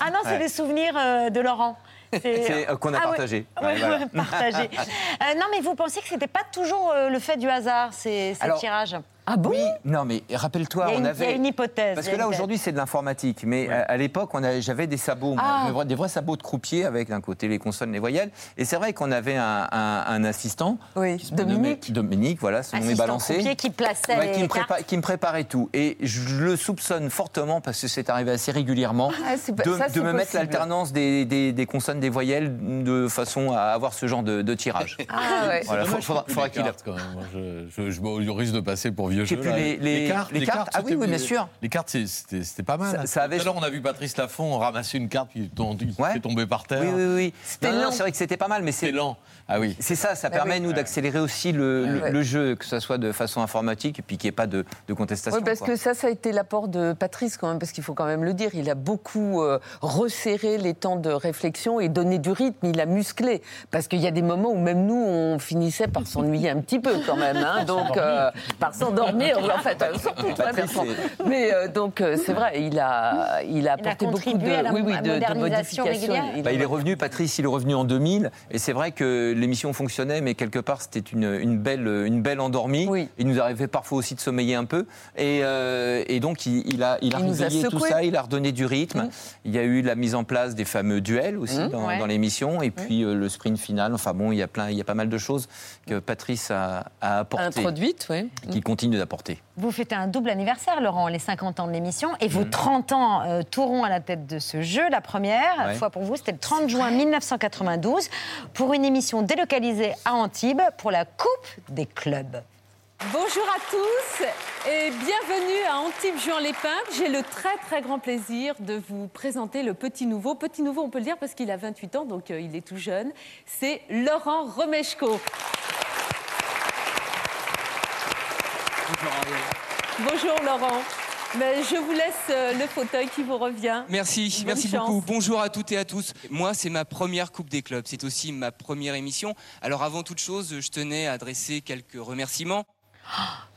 [SPEAKER 1] Ah non, c'est
[SPEAKER 8] Ouais.
[SPEAKER 1] des souvenirs euh, de Laurent.
[SPEAKER 8] [LAUGHS] C'est, euh, qu'on a
[SPEAKER 1] Ah oui. [LAUGHS]
[SPEAKER 8] partagé.
[SPEAKER 1] Oui,
[SPEAKER 8] Ouais, voilà.
[SPEAKER 1] oui, partagé. Euh, non, mais vous pensez que c'était pas toujours euh, le fait du hasard, ces, ces
[SPEAKER 8] Alors,
[SPEAKER 1] tirages Ah bon
[SPEAKER 8] Non, mais rappelle-toi,
[SPEAKER 1] Il y a
[SPEAKER 8] on
[SPEAKER 1] une-
[SPEAKER 8] avait.
[SPEAKER 1] il y a une hypothèse,
[SPEAKER 8] Parce
[SPEAKER 1] il y
[SPEAKER 8] que
[SPEAKER 1] a
[SPEAKER 8] là,
[SPEAKER 1] une-
[SPEAKER 8] aujourd'hui, c'est de l'informatique. Mais à, à l'époque, on a- j'avais des sabots, moi,
[SPEAKER 1] Ah.
[SPEAKER 8] des vrais- des vrais sabots de croupier avec d'un côté les consonnes, les voyelles. Et c'est vrai qu'on avait un, un- un assistant.
[SPEAKER 9] Oui,
[SPEAKER 8] Dominique. Dominique, voilà, son nom est
[SPEAKER 1] Assistant
[SPEAKER 8] balancé.
[SPEAKER 1] croupier qui plaçait
[SPEAKER 8] Ouais, qui,
[SPEAKER 1] les
[SPEAKER 8] me prépa-
[SPEAKER 1] cartes.
[SPEAKER 8] qui me préparait tout. Et je le soupçonne fortement, parce que c'est arrivé assez régulièrement,
[SPEAKER 9] Ah, c'est pas-
[SPEAKER 8] de,
[SPEAKER 9] ça,
[SPEAKER 8] de
[SPEAKER 9] c'est
[SPEAKER 8] me mettre
[SPEAKER 9] possible.
[SPEAKER 8] l'alternance des, des- des consonnes, des voyelles, de façon à avoir ce genre de, de tirage.
[SPEAKER 9] Ah ouais.
[SPEAKER 8] Voilà, faut- faudra- faudra qu'il a-
[SPEAKER 3] cartes, quand même. Moi, Je, je, je- bon, je risque de passer pour vieux
[SPEAKER 8] J'ai
[SPEAKER 3] jeu.
[SPEAKER 8] plus
[SPEAKER 3] là.
[SPEAKER 8] les- les- les cartes, ah oui,
[SPEAKER 3] c'était-
[SPEAKER 8] oui, bien sûr.
[SPEAKER 3] Les cartes, c'est- c'était c'était pas mal.
[SPEAKER 8] Ça-
[SPEAKER 3] hein.
[SPEAKER 8] ça avait-
[SPEAKER 3] Tout à l'heure, on a vu Patrice Laffont ramasser une carte qui tom- qui est tombée par terre.
[SPEAKER 8] Oui, oui, oui. Non, non,
[SPEAKER 3] lent.
[SPEAKER 8] C'est vrai que c'était pas mal, mais c'est [LAUGHS]
[SPEAKER 3] lent. Ah oui.
[SPEAKER 8] C'est ça, ça
[SPEAKER 3] Bah
[SPEAKER 8] permet
[SPEAKER 3] oui.
[SPEAKER 8] nous
[SPEAKER 3] Ouais.
[SPEAKER 8] d'accélérer aussi le, le-
[SPEAKER 9] Ouais.
[SPEAKER 8] le jeu, que ce soit de façon informatique et puis qu'il n'y ait pas de, de contestation.
[SPEAKER 9] Oui, parce
[SPEAKER 8] quoi.
[SPEAKER 9] que ça, ça a été l'apport de Patrice quand même, parce qu'il faut quand même le dire, il a beaucoup euh, resserré les temps de réflexion et donné du rythme, il a musclé, parce qu'il y a des moments où même nous, on finissait par s'ennuyer un petit peu quand même, [LAUGHS]
[SPEAKER 8] [LAUGHS]
[SPEAKER 9] hein, donc euh, par s'endormir, en fait, euh, surtout toi,
[SPEAKER 4] Patrice,
[SPEAKER 9] Bertrand. Mais euh, donc euh, c'est vrai, il a, il a apporté beaucoup de,
[SPEAKER 1] contribué à la
[SPEAKER 9] oui, oui, de, de
[SPEAKER 1] modernisation
[SPEAKER 9] modifications.
[SPEAKER 1] régulière.
[SPEAKER 8] Bah, il est revenu, Patrice, il est revenu en 2000. Et c'est vrai que l'émission fonctionnait, mais quelque part, c'était une, une belle, une belle endormie. Il nous arrivait parfois aussi de sommeiller un peu. Et, euh, et donc, il, il a, il a
[SPEAKER 9] Il nous a
[SPEAKER 8] réveillé tout
[SPEAKER 9] secoué.
[SPEAKER 8] ça, il a redonné du rythme. Il y a eu la mise en place des fameux duels aussi
[SPEAKER 9] Mmh.
[SPEAKER 8] dans,
[SPEAKER 9] Ouais.
[SPEAKER 8] dans l'émission. Et puis, euh, le sprint final. Enfin bon, il y a plein, il y a pas mal de choses que Patrice a, a apportées.
[SPEAKER 9] Introduites, Mmh. oui.
[SPEAKER 8] et Qu'il continue d'apporter.
[SPEAKER 1] Vous fêtez un double anniversaire, Laurent, les 50 ans de l'émission et
[SPEAKER 8] Mm.
[SPEAKER 1] vos 30 ans euh, Touron à la tête de ce jeu. La première
[SPEAKER 8] Ouais.
[SPEAKER 1] fois pour vous, c'était le 30 juin 1992 pour une émission délocalisée à Antibes pour la Coupe des clubs.
[SPEAKER 5] Bonjour à tous et bienvenue à Antibes Juan Lépin. J'ai le très très grand plaisir de vous présenter le petit nouveau. Petit nouveau, on peut le dire parce qu'il a 28 ans, donc euh, il est tout jeune. C'est Laurent Romeshko. Bonjour Laurent. Mais je vous laisse euh, le fauteuil qui vous revient.
[SPEAKER 6] Merci,
[SPEAKER 5] Bonne
[SPEAKER 6] merci
[SPEAKER 5] chance.
[SPEAKER 6] beaucoup. Bonjour à toutes et à tous. Moi, c'est ma première Coupe des clubs. C'est aussi ma première émission. Alors, avant toute chose, je tenais à adresser quelques remerciements.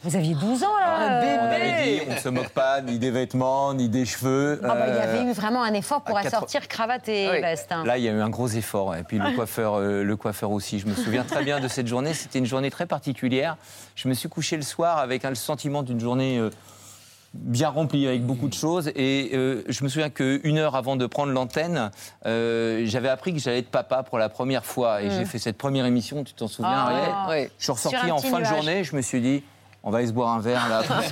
[SPEAKER 1] Vous aviez 12 ans là
[SPEAKER 8] On
[SPEAKER 1] euh,
[SPEAKER 8] avait dit, on ne se moque pas ni des vêtements, ni des cheveux.
[SPEAKER 1] Ah bah, il y
[SPEAKER 8] Euh,
[SPEAKER 1] avait eu vraiment un effort pour
[SPEAKER 8] à quatre- Ah
[SPEAKER 1] assortir cravate et veste. hein.
[SPEAKER 8] Là, il y a eu un gros effort. Et puis le coiffeur, euh, le coiffeur aussi. Je me souviens très bien de cette journée. C'était une journée très particulière. Je me suis couché le soir avec un, le sentiment d'une journée euh, bien remplie, avec beaucoup de choses. Et euh, je me souviens qu'une heure avant de prendre l'antenne, euh, j'avais appris que j'allais être papa pour la première fois. Et
[SPEAKER 7] Mm.
[SPEAKER 8] j'ai fait cette première émission, tu t'en souviens,
[SPEAKER 7] Ah,
[SPEAKER 8] Ariel
[SPEAKER 7] oui.
[SPEAKER 8] Je suis ressorti
[SPEAKER 7] Sur un
[SPEAKER 8] en
[SPEAKER 7] petit
[SPEAKER 8] fin de
[SPEAKER 7] nuage.
[SPEAKER 8] journée. Je me suis dit, on va aller se boire un verre
[SPEAKER 2] [LAUGHS]
[SPEAKER 8] là. parce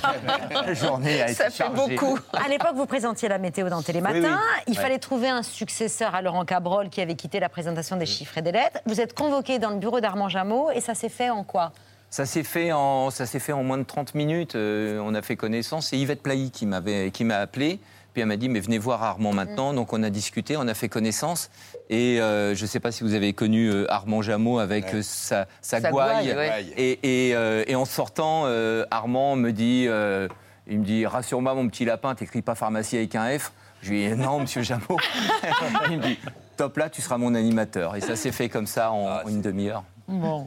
[SPEAKER 7] [LAUGHS]
[SPEAKER 8] que la journée a été chargée.
[SPEAKER 1] À l'époque, vous présentiez la météo dans Télématin.
[SPEAKER 8] Oui, oui.
[SPEAKER 1] Il
[SPEAKER 8] Ouais.
[SPEAKER 1] fallait trouver un successeur à Laurent Cabrol qui avait quitté la présentation des chiffres et des lettres. Vous êtes convoqué dans le bureau d'Armand Jameau et ça s'est fait en quoi
[SPEAKER 8] Ça s'est fait en ça s'est fait en moins de 30 minutes. euh, on a fait connaissance. C'est Yvette Plailly qui m'avait qui m'a appelé. Puis elle m'a dit mais venez voir Armand maintenant. Donc on a discuté, on a fait connaissance. Et euh, je ne sais pas si vous avez connu euh, Armand Jameau avec euh, sa, sa,
[SPEAKER 10] Sa
[SPEAKER 8] gouaille.
[SPEAKER 10] gouaille, ouais.
[SPEAKER 8] et, et, euh, et en sortant, euh, Armand me dit euh, il me dit rassure-moi mon petit lapin, t'écris pas pharmacie avec un F. Je lui dis non Monsieur Jameau. [LAUGHS] il me dit top là tu seras mon animateur. Et ça s'est fait comme ça en une demi-heure.
[SPEAKER 5] Bon.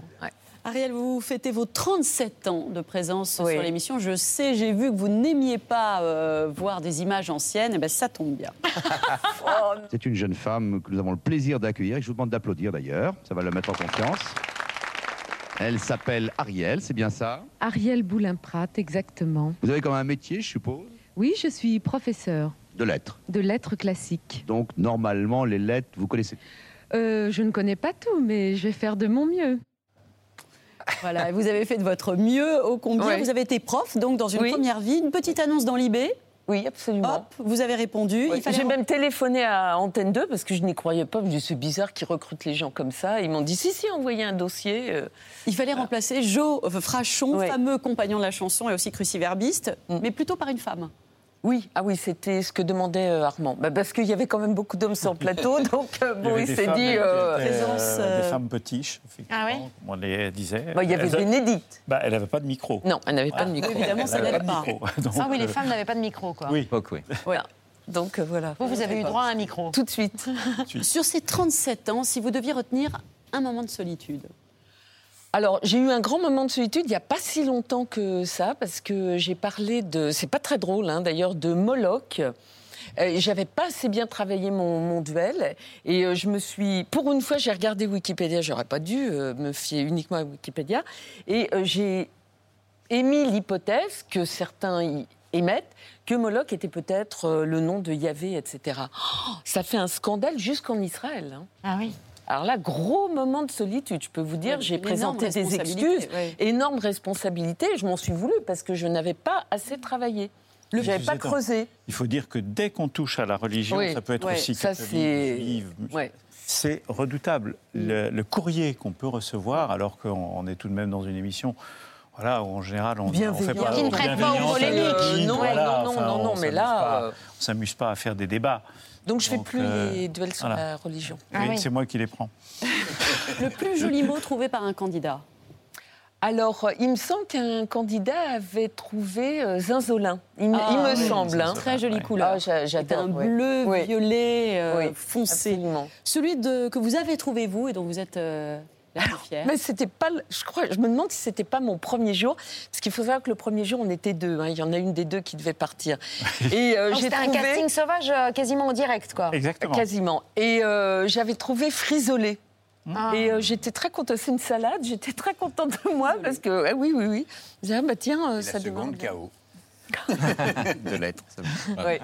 [SPEAKER 7] Ariel, vous fêtez vos 37 ans de présence sur l'émission. Je sais, j'ai vu que vous n'aimiez pas euh, voir des images anciennes. Et ben, ça tombe bien.
[SPEAKER 10] C'est une jeune femme que nous avons le plaisir d'accueillir et que je vous demande d'applaudir d'ailleurs. Ça va la mettre en confiance. Elle s'appelle Ariel, c'est bien ça
[SPEAKER 38] Ariel Boulin-Prat, exactement.
[SPEAKER 10] Vous avez quand même un métier, je suppose,
[SPEAKER 38] Oui, je suis professeur
[SPEAKER 10] de lettres.
[SPEAKER 38] de lettres classiques.
[SPEAKER 10] Donc normalement, les lettres, vous connaissez.
[SPEAKER 38] Euh, je ne connais pas tout, mais je vais faire de mon mieux.
[SPEAKER 7] Voilà, et vous avez fait de votre mieux ô combien.
[SPEAKER 38] Ouais.
[SPEAKER 7] Vous avez été prof, donc dans une
[SPEAKER 38] Oui.
[SPEAKER 7] première vie, une petite annonce dans l'IB.
[SPEAKER 9] Oui, absolument.
[SPEAKER 7] Hop, vous avez répondu.
[SPEAKER 9] Oui,
[SPEAKER 7] Il fallait
[SPEAKER 9] J'ai même téléphoné à Antenne 2 parce que je n'y croyais pas. Je me dis, c'est bizarre qu'ils recrutent les gens comme ça. Ils m'ont dit, si, si, envoyez un dossier. euh,
[SPEAKER 7] Il fallait remplacer
[SPEAKER 9] Mm.
[SPEAKER 7] Jo Frachon, fameux compagnon de la chanson et aussi cruciverbiste, mais plutôt par une femme.
[SPEAKER 9] Oui, ah oui, c'était ce que demandait euh, Armand. Bah, parce qu'il y avait quand même beaucoup d'hommes sur le plateau, [LAUGHS] donc euh,
[SPEAKER 2] y
[SPEAKER 9] [LAUGHS] bon,
[SPEAKER 2] avait
[SPEAKER 9] il
[SPEAKER 2] des
[SPEAKER 9] s'est
[SPEAKER 2] femmes,
[SPEAKER 9] dit.
[SPEAKER 2] elles
[SPEAKER 9] euh,
[SPEAKER 2] étaient, euh, Des
[SPEAKER 9] euh,
[SPEAKER 2] femmes petiches, effectivement,
[SPEAKER 9] Ah ouais
[SPEAKER 2] comme on les disait.
[SPEAKER 9] Bah, il y avait
[SPEAKER 2] Elles a-
[SPEAKER 9] Bénédicte.
[SPEAKER 2] Bah, elle n'avait pas de micro. Ah.
[SPEAKER 9] Non, elle n'avait pas de micro.
[SPEAKER 1] Évidemment, ça
[SPEAKER 2] Elle n'avait
[SPEAKER 1] n'aide
[SPEAKER 2] de
[SPEAKER 1] pas.
[SPEAKER 2] micro. Donc,
[SPEAKER 1] Ah oui, les
[SPEAKER 2] euh,
[SPEAKER 1] femmes n'avaient pas de micro, quoi.
[SPEAKER 2] Oui.
[SPEAKER 9] Voilà. Donc euh, voilà.
[SPEAKER 1] Vous, vous avez eu droit à un micro.
[SPEAKER 9] Tout de suite.
[SPEAKER 7] Sur ces 37 ans, si vous deviez retenir un moment de solitude.
[SPEAKER 9] Alors, j'ai eu un grand moment de solitude il n'y a pas si longtemps que ça, parce que j'ai parlé de. C'est pas très drôle, hein, d'ailleurs, de Moloch. Euh, J'avais pas assez bien travaillé mon, mon duel et euh, je me suis. Pour une fois, j'ai regardé Wikipédia. J'aurais pas dû euh, me fier uniquement à Wikipédia. Et euh, j'ai émis l'hypothèse que certains y émettent que Moloch était peut-être euh, le nom de Yahvé, etc. Oh, ça fait un scandale jusqu'en Israël. hein.
[SPEAKER 1] Ah oui.
[SPEAKER 9] Alors là, gros moment de solitude, je peux vous dire,
[SPEAKER 7] Oui,
[SPEAKER 9] j'ai
[SPEAKER 7] une
[SPEAKER 9] présenté
[SPEAKER 7] énorme
[SPEAKER 9] des
[SPEAKER 7] responsabilité,
[SPEAKER 9] excuses,
[SPEAKER 7] oui.
[SPEAKER 9] énorme responsabilité, je m'en suis voulu parce que je n'avais pas assez travaillé. Je n'avais pas
[SPEAKER 2] Suzette,
[SPEAKER 9] creusé.
[SPEAKER 2] Il faut dire que dès qu'on touche à la religion,
[SPEAKER 9] Oui,
[SPEAKER 2] ça peut être
[SPEAKER 9] ouais,
[SPEAKER 2] aussi
[SPEAKER 9] ça,
[SPEAKER 2] catholique,
[SPEAKER 9] c'est-
[SPEAKER 2] juive,
[SPEAKER 9] Ouais.
[SPEAKER 2] C'est redoutable. Le, le courrier qu'on peut recevoir, alors qu'on on est tout de même dans une émission. Voilà, où en général, on ne fait
[SPEAKER 9] Bienveillant.
[SPEAKER 2] pas.
[SPEAKER 9] Qui ne traite pas aux
[SPEAKER 2] bienveillance,
[SPEAKER 9] polémiques.
[SPEAKER 2] euh,
[SPEAKER 9] Non,
[SPEAKER 2] voilà,
[SPEAKER 9] non, non,
[SPEAKER 2] enfin,
[SPEAKER 9] non, non,
[SPEAKER 2] on
[SPEAKER 9] mais
[SPEAKER 2] s'amuse
[SPEAKER 9] là,
[SPEAKER 2] pas-
[SPEAKER 9] euh,
[SPEAKER 2] On s'amuse pas à faire des débats.
[SPEAKER 9] Donc je fais plus
[SPEAKER 2] euh,
[SPEAKER 9] les duels sur
[SPEAKER 2] voilà. Ah
[SPEAKER 9] la religion.
[SPEAKER 2] Oui,
[SPEAKER 1] Ah
[SPEAKER 2] C'est moi qui les prends.
[SPEAKER 9] [LAUGHS]
[SPEAKER 7] Le plus joli mot trouvé par un candidat.
[SPEAKER 9] Alors, euh, il me semble qu'un candidat avait trouvé euh, zinzolin. Il, me-
[SPEAKER 7] Ah,
[SPEAKER 9] il me
[SPEAKER 7] oui,
[SPEAKER 9] semble. hein.
[SPEAKER 7] Très jolie couleur.
[SPEAKER 9] Ah, j'a- j'adore,
[SPEAKER 7] C'est un
[SPEAKER 9] ouais.
[SPEAKER 7] bleu
[SPEAKER 9] Oui.
[SPEAKER 7] violet euh,
[SPEAKER 9] Oui,
[SPEAKER 7] foncé.
[SPEAKER 9] absolument.
[SPEAKER 7] Celui de, que vous avez trouvé vous et dont vous êtes euh, la plus fière.
[SPEAKER 9] Mais c'était pas, le- je crois, je me demande si c'était pas mon premier jour, parce qu'il faut savoir que le premier jour on était deux, hein, il y en a une des deux qui devait
[SPEAKER 2] [LAUGHS]
[SPEAKER 9] partir. Et euh,
[SPEAKER 1] Donc,
[SPEAKER 9] j'ai
[SPEAKER 1] C'était un
[SPEAKER 9] trouvé-
[SPEAKER 1] casting sauvage euh, quasiment en direct, quoi.
[SPEAKER 9] Quasiment. Et euh, j'avais trouvé frisolé.
[SPEAKER 1] Ah.
[SPEAKER 9] Et euh, j'étais très contente, c'est une salade, j'étais très contente de moi parce que, ah oui, oui, oui. J'ai dit, ah bah tiens, euh, ça demande.
[SPEAKER 3] KO. de l'être. ça me-
[SPEAKER 9] Ouais.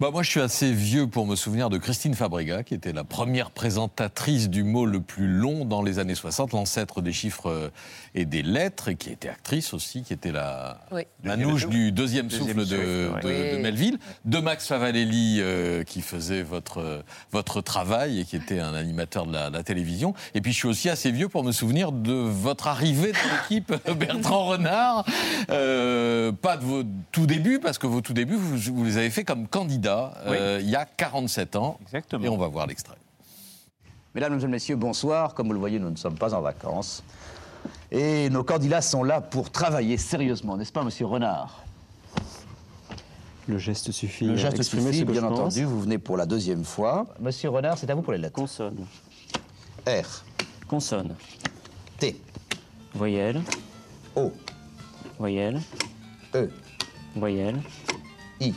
[SPEAKER 3] Bah, moi, je suis assez vieux pour me souvenir de Christine Fabrega, qui était la première présentatrice du mot le plus long dans les années 60, l'ancêtre des chiffres euh, et des lettres, et qui était actrice aussi, qui était la
[SPEAKER 9] Oui.
[SPEAKER 3] manouche du deuxième, souffle de,
[SPEAKER 2] souffle,
[SPEAKER 3] de-
[SPEAKER 2] ouais.
[SPEAKER 3] de Melville, de Max Favalelli, euh, qui faisait votre, euh, votre travail et qui était un animateur de la, la télévision. Et puis, je suis aussi assez vieux pour me souvenir de votre arrivée dans l'équipe, [LAUGHS] Bertrand Renard. Euh, pas de vos tout débuts, parce que vos tout débuts, vous, vous les avez fait comme candidat euh, il y a 47 ans. Exactement. Et on va voir l'extrait.
[SPEAKER 4] Mesdames et messieurs, bonsoir. Comme vous le voyez, nous ne sommes pas en vacances. Et nos candidats sont là pour travailler sérieusement, n'est-ce pas, monsieur Renard
[SPEAKER 39] Le geste suffit.
[SPEAKER 4] Le
[SPEAKER 39] à
[SPEAKER 4] geste
[SPEAKER 39] exprimer
[SPEAKER 4] exprimé,
[SPEAKER 39] ce
[SPEAKER 4] c'est
[SPEAKER 39] que
[SPEAKER 4] bien je pense. entendu, vous venez pour la deuxième fois. Monsieur Renard, c'est à vous pour les lettres. Consonne. R. Consonne. T. Voyelle. O. Voyelle. E. Voyelle.
[SPEAKER 3] I.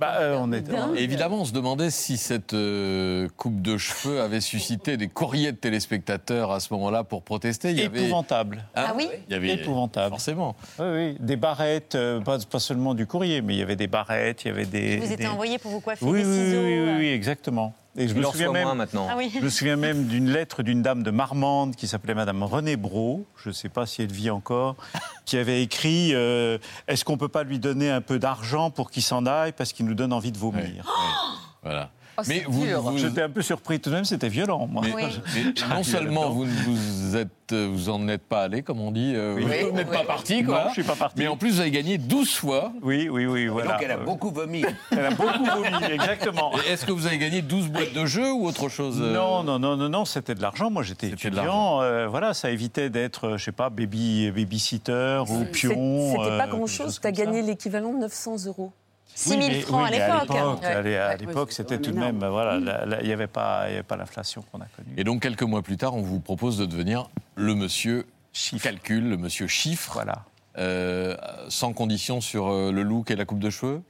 [SPEAKER 2] Bah, euh, on est...
[SPEAKER 3] Et Évidemment, on se demandait si cette euh, coupe de cheveux avait suscité des courriers de téléspectateurs à ce moment-là pour protester. Il y avait-
[SPEAKER 2] Épouvantable.
[SPEAKER 3] Hein
[SPEAKER 2] Ah oui
[SPEAKER 3] Il y avait...
[SPEAKER 2] Épouvantable.
[SPEAKER 3] Forcément.
[SPEAKER 2] Oui, oui. Des barrettes, euh, pas, pas seulement du courrier, mais il y avait des barrettes, il y avait des.
[SPEAKER 1] Vous étiez
[SPEAKER 2] des-
[SPEAKER 1] envoyé pour vous coiffer
[SPEAKER 2] Oui,
[SPEAKER 1] des
[SPEAKER 2] oui,
[SPEAKER 1] ciseaux.
[SPEAKER 2] oui, oui,
[SPEAKER 1] euh.
[SPEAKER 2] oui, exactement. Et je
[SPEAKER 8] Il
[SPEAKER 2] me,
[SPEAKER 8] en
[SPEAKER 2] souviens
[SPEAKER 8] soit
[SPEAKER 2] même,
[SPEAKER 8] moins maintenant.
[SPEAKER 1] Ah oui.
[SPEAKER 2] je me souviens même d'une lettre d'une dame de Marmande qui s'appelait Madame Renée Brault, je ne sais pas si elle vit encore, qui avait écrit euh, Est-ce qu'on ne peut pas lui donner un peu d'argent pour qu'il s'en aille parce qu'il nous donne envie de vomir
[SPEAKER 3] Voilà.
[SPEAKER 2] Oh,
[SPEAKER 3] Mais
[SPEAKER 2] c'est
[SPEAKER 3] vous,
[SPEAKER 2] dur.
[SPEAKER 3] vous-
[SPEAKER 2] J'étais un peu surpris tout de même, c'était violent. Moi. Ah,
[SPEAKER 3] Mais- mais non seulement vous, ne vous, êtes, euh, vous en êtes pas allé, comme on dit, euh,
[SPEAKER 2] Oui.
[SPEAKER 3] vous
[SPEAKER 2] Oui,
[SPEAKER 3] n'êtes
[SPEAKER 2] oui.
[SPEAKER 3] pas parti,
[SPEAKER 2] Non,
[SPEAKER 3] quoi.
[SPEAKER 2] je suis pas parti.
[SPEAKER 3] Mais en plus, vous avez gagné 12 fois.
[SPEAKER 2] Oui, oui, oui, voilà. Euh,
[SPEAKER 3] donc, elle a
[SPEAKER 4] beaucoup vomi.
[SPEAKER 2] Elle a beaucoup vomi, exactement.
[SPEAKER 3] Est-ce que vous avez gagné 12 boîtes de jeu ou autre chose euh,
[SPEAKER 2] Non, non, non, non, non, c'était de l'argent. Moi, j'étais étudiant. euh, voilà, ça évitait d'être, euh, je sais pas, baby, babysitter ou
[SPEAKER 9] C'est-
[SPEAKER 2] pion.
[SPEAKER 9] C'était pas
[SPEAKER 2] euh,
[SPEAKER 9] grand-chose, tu as gagné l'équivalent de 900 euros.
[SPEAKER 2] Oui, mais- oui, mais
[SPEAKER 7] hein.
[SPEAKER 2] À l'époque, à l'époque, c'était tout de même, euh, voilà,
[SPEAKER 1] Mm.
[SPEAKER 2] la- la- il n'y avait pas, il y avait pas l'inflation qu'on a connue.
[SPEAKER 3] Et donc, quelques mois plus tard, on vous propose de devenir le monsieur calcul, le monsieur chiffre. euh,
[SPEAKER 2] Voilà.
[SPEAKER 3] sans condition sur euh, le look et la coupe de cheveux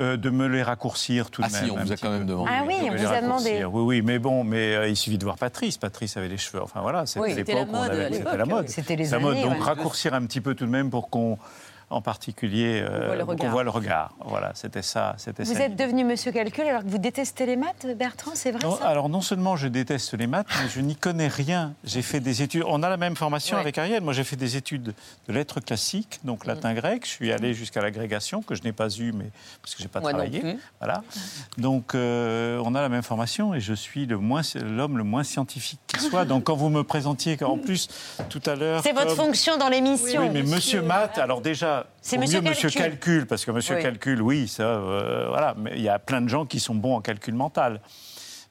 [SPEAKER 2] Euh, de me les raccourcir tout
[SPEAKER 3] ah
[SPEAKER 2] de même.
[SPEAKER 3] si, on
[SPEAKER 2] un
[SPEAKER 3] vous a
[SPEAKER 2] petit
[SPEAKER 3] quand même
[SPEAKER 2] peu.
[SPEAKER 3] demandé.
[SPEAKER 1] Ah oui,
[SPEAKER 2] De
[SPEAKER 1] on
[SPEAKER 2] me
[SPEAKER 1] vous
[SPEAKER 2] les
[SPEAKER 1] a
[SPEAKER 2] raccourcir.
[SPEAKER 1] demandé.
[SPEAKER 2] Oui, oui, mais bon, mais euh, il suffit de voir Patrice. Patrice avait les cheveux. Enfin voilà, c'était
[SPEAKER 1] Oui,
[SPEAKER 2] à
[SPEAKER 1] c'était
[SPEAKER 2] l'époque.
[SPEAKER 1] la
[SPEAKER 2] où on
[SPEAKER 1] mode, à
[SPEAKER 2] avait- C'était la
[SPEAKER 1] l'époque,
[SPEAKER 2] mode.
[SPEAKER 1] oui. C'était les
[SPEAKER 2] la mode.
[SPEAKER 1] années,
[SPEAKER 2] Donc
[SPEAKER 1] ouais.
[SPEAKER 2] raccourcir un petit peu tout de même pour qu'on, en particulier, euh,
[SPEAKER 1] voit le
[SPEAKER 2] qu'on
[SPEAKER 1] regard.
[SPEAKER 2] voit le regard. Voilà, c'était ça, c'était
[SPEAKER 1] Vous
[SPEAKER 2] ça.
[SPEAKER 1] êtes devenu monsieur calcul alors que vous détestez les maths, Bertrand, c'est vrai
[SPEAKER 2] Non,
[SPEAKER 1] ça
[SPEAKER 2] alors non seulement je déteste les maths, mais je n'y connais rien. J'ai fait des études. On a la même formation avec Ariel. Moi, j'ai fait des études de lettres classiques,
[SPEAKER 1] Mm.
[SPEAKER 2] donc latin-grec. Je suis allé jusqu'à l'agrégation que je n'ai pas eue, mais parce que j'ai pas
[SPEAKER 9] Moi non
[SPEAKER 2] travaillé.
[SPEAKER 9] plus.
[SPEAKER 2] Voilà. Donc euh, on a la même formation et je suis le moins l'homme le moins scientifique qui soit. Donc quand vous me présentiez, en plus, tout à l'heure...
[SPEAKER 1] Mm. C'est votre
[SPEAKER 2] comme-
[SPEAKER 1] fonction dans l'émission.
[SPEAKER 2] Oui, mais monsieur Matt, alors déjà,
[SPEAKER 1] C'est
[SPEAKER 2] au
[SPEAKER 1] monsieur
[SPEAKER 2] mieux monsieur
[SPEAKER 1] Calcul.
[SPEAKER 2] Calcul, parce que monsieur
[SPEAKER 1] Oui.
[SPEAKER 2] Calcul, oui, ça, euh, voilà, mais il y a plein de gens qui sont bons en calcul mental.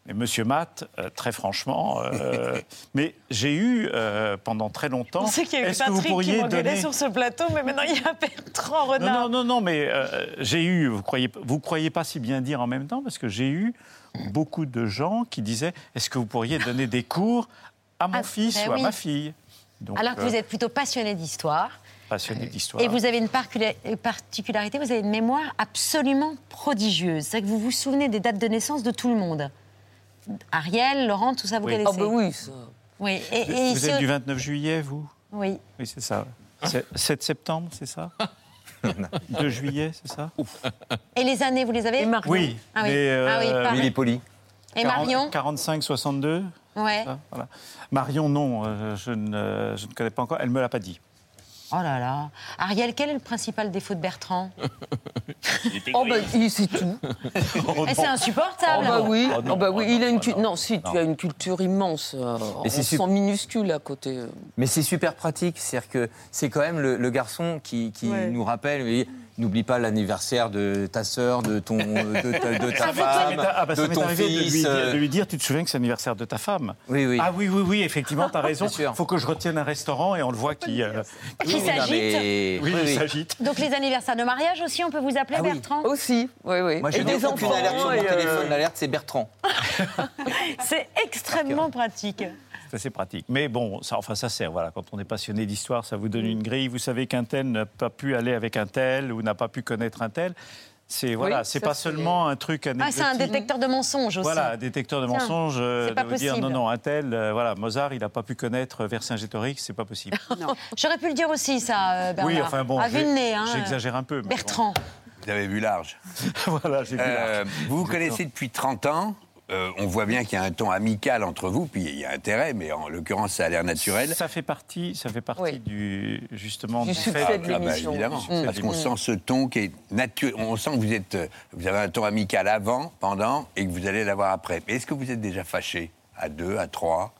[SPEAKER 2] Mais monsieur Matt, euh, très franchement,
[SPEAKER 1] [LAUGHS]
[SPEAKER 2] euh, mais j'ai eu euh, pendant très
[SPEAKER 40] Je
[SPEAKER 2] longtemps.
[SPEAKER 40] pensais qu'il y avait
[SPEAKER 2] est-ce que vous
[SPEAKER 40] Patrick qui
[SPEAKER 2] pourriez
[SPEAKER 40] m'engueulait
[SPEAKER 2] donner-
[SPEAKER 40] sur ce plateau, mais maintenant il y a Bertrand Renard.
[SPEAKER 2] non, non, non, non, mais euh, j'ai eu, vous croyez, vous croyez pas si bien dire en même temps, parce que j'ai eu beaucoup de gens qui disaient est-ce que vous pourriez donner des cours à mon
[SPEAKER 1] Ah,
[SPEAKER 2] fils
[SPEAKER 1] ben
[SPEAKER 2] ou à
[SPEAKER 1] oui.
[SPEAKER 2] ma fille Donc,
[SPEAKER 1] Alors que vous
[SPEAKER 2] euh,
[SPEAKER 1] êtes plutôt passionné d'histoire.
[SPEAKER 2] passionné d'histoire.
[SPEAKER 1] Et vous avez une parcula- euh, particularité, vous avez une mémoire absolument prodigieuse. C'est que vous vous souvenez des dates de naissance de tout le monde. Ariel, Laurent, tout ça, vous
[SPEAKER 2] Oui.
[SPEAKER 1] connaissez.
[SPEAKER 2] Ah ben oui,
[SPEAKER 1] Oui, et, et
[SPEAKER 2] Vous-
[SPEAKER 1] il
[SPEAKER 2] vous
[SPEAKER 1] se-
[SPEAKER 2] êtes du 29 juillet, vous
[SPEAKER 1] Oui.
[SPEAKER 2] Oui, c'est ça.
[SPEAKER 1] [LAUGHS]
[SPEAKER 2] C'est- 7 septembre, c'est ça 2 juillet, c'est ça
[SPEAKER 1] Et les années, vous les avez
[SPEAKER 2] Oui,
[SPEAKER 1] Ah oui.
[SPEAKER 2] mais,
[SPEAKER 1] Ah oui,
[SPEAKER 2] euh,
[SPEAKER 1] pareil.
[SPEAKER 2] poli.
[SPEAKER 1] Et Marion
[SPEAKER 2] 45, 62
[SPEAKER 1] Ouais.
[SPEAKER 2] ça, Ah, voilà. Marion, non, euh, je, ne, je ne connais pas encore. Elle ne me l'a pas
[SPEAKER 8] [LAUGHS]
[SPEAKER 2] dit.
[SPEAKER 1] Oh là là. Ariel, quel est le principal défaut de Bertrand
[SPEAKER 9] Oh bah, il c'est tout.
[SPEAKER 1] Eh, c'est insupportable.
[SPEAKER 9] Oh bah oui,
[SPEAKER 1] Oh non,
[SPEAKER 9] oh bah oui, il a une cu- non, si tu as une culture immense, euh, on
[SPEAKER 8] Mais c'est
[SPEAKER 9] se
[SPEAKER 8] sup-
[SPEAKER 9] sent minuscule à côté. euh.
[SPEAKER 8] Mais c'est super pratique, c'est-à-dire que c'est quand même le, le garçon qui, qui
[SPEAKER 9] Ouais.
[SPEAKER 8] nous rappelle, et n'oublie pas l'anniversaire de ta sœur, de ton, de, ta- de ta
[SPEAKER 2] Ah,
[SPEAKER 8] femme,
[SPEAKER 2] ah, bah, [LAUGHS] ça
[SPEAKER 8] de
[SPEAKER 2] m'est
[SPEAKER 8] ton
[SPEAKER 2] arrivé de lui
[SPEAKER 8] fils.
[SPEAKER 2] dire-
[SPEAKER 8] euh,
[SPEAKER 2] de lui dire, tu te souviens que c'est l'anniversaire de ta femme
[SPEAKER 8] Oui, oui.
[SPEAKER 2] Ah oui, oui, oui, effectivement,
[SPEAKER 8] [LAUGHS]
[SPEAKER 2] t'as raison.
[SPEAKER 8] Bien sûr.
[SPEAKER 2] Il faut que je retienne un restaurant et on le voit qui... euh,
[SPEAKER 1] Qui s'agite.
[SPEAKER 2] Oui,
[SPEAKER 8] Oui,
[SPEAKER 2] il
[SPEAKER 8] oui.
[SPEAKER 2] s'agite.
[SPEAKER 1] Donc les anniversaires de mariage aussi, on peut vous appeler Bertrand
[SPEAKER 9] Aussi, oui, oui.
[SPEAKER 8] Moi, je
[SPEAKER 9] Et
[SPEAKER 8] n'ai
[SPEAKER 9] des
[SPEAKER 8] aucune
[SPEAKER 9] enfants,
[SPEAKER 8] alerte sur mon
[SPEAKER 9] et, euh,
[SPEAKER 8] téléphone. L'alerte, c'est Bertrand.
[SPEAKER 1] C'est extrêmement pratique.
[SPEAKER 2] Ça, c'est pratique. Mais bon, ça, enfin, ça sert. Voilà, quand on est passionné d'histoire, ça vous donne une grille. Vous savez qu'un tel n'a pas pu aller avec un tel ou n'a pas pu connaître un tel. C'est voilà,
[SPEAKER 1] Oui,
[SPEAKER 2] c'est
[SPEAKER 1] ça,
[SPEAKER 2] pas
[SPEAKER 1] c'est-
[SPEAKER 2] seulement un truc
[SPEAKER 1] Ah, c'est un
[SPEAKER 2] anecdotique.
[SPEAKER 1] détecteur de mensonges aussi. [LAUGHS]
[SPEAKER 2] Voilà, un détecteur de
[SPEAKER 1] Tiens,
[SPEAKER 2] mensonges, euh,
[SPEAKER 1] c'est
[SPEAKER 2] de
[SPEAKER 1] pas
[SPEAKER 2] vous dire non,
[SPEAKER 1] possible.
[SPEAKER 2] non, un tel, euh, voilà, Mozart, il n'a pas pu connaître Vercingétorix, c'est
[SPEAKER 1] [LAUGHS]
[SPEAKER 2] pas possible.
[SPEAKER 1] J'aurais pu le dire aussi, ça, euh, Ah, Bernard.
[SPEAKER 2] Oui, enfin bon,
[SPEAKER 1] À vue de
[SPEAKER 2] j'ai-
[SPEAKER 1] nez, hein.
[SPEAKER 2] j'exagère un peu. mais bon.
[SPEAKER 1] Bertrand.
[SPEAKER 11] Vous avez vu large.
[SPEAKER 2] [LAUGHS] voilà, j'ai vu
[SPEAKER 11] Euh, Vous vous connaissez depuis 30 ans. Euh, on voit bien qu'il y a un ton amical entre vous, puis il y a intérêt, mais en l'occurrence, ça a l'air naturel.
[SPEAKER 2] Ça fait partie, ça fait partie du justement
[SPEAKER 11] Ah,
[SPEAKER 2] du
[SPEAKER 11] bah,
[SPEAKER 2] fait-
[SPEAKER 11] évidemment,
[SPEAKER 2] Du succès de
[SPEAKER 11] parce qu'on
[SPEAKER 2] l'émission.
[SPEAKER 11] sent ce ton qui est naturel. On sent que vous êtes, euh, vous avez un ton amical avant, pendant, et que vous allez l'avoir après. Mais est-ce que vous êtes déjà fâché à deux, à trois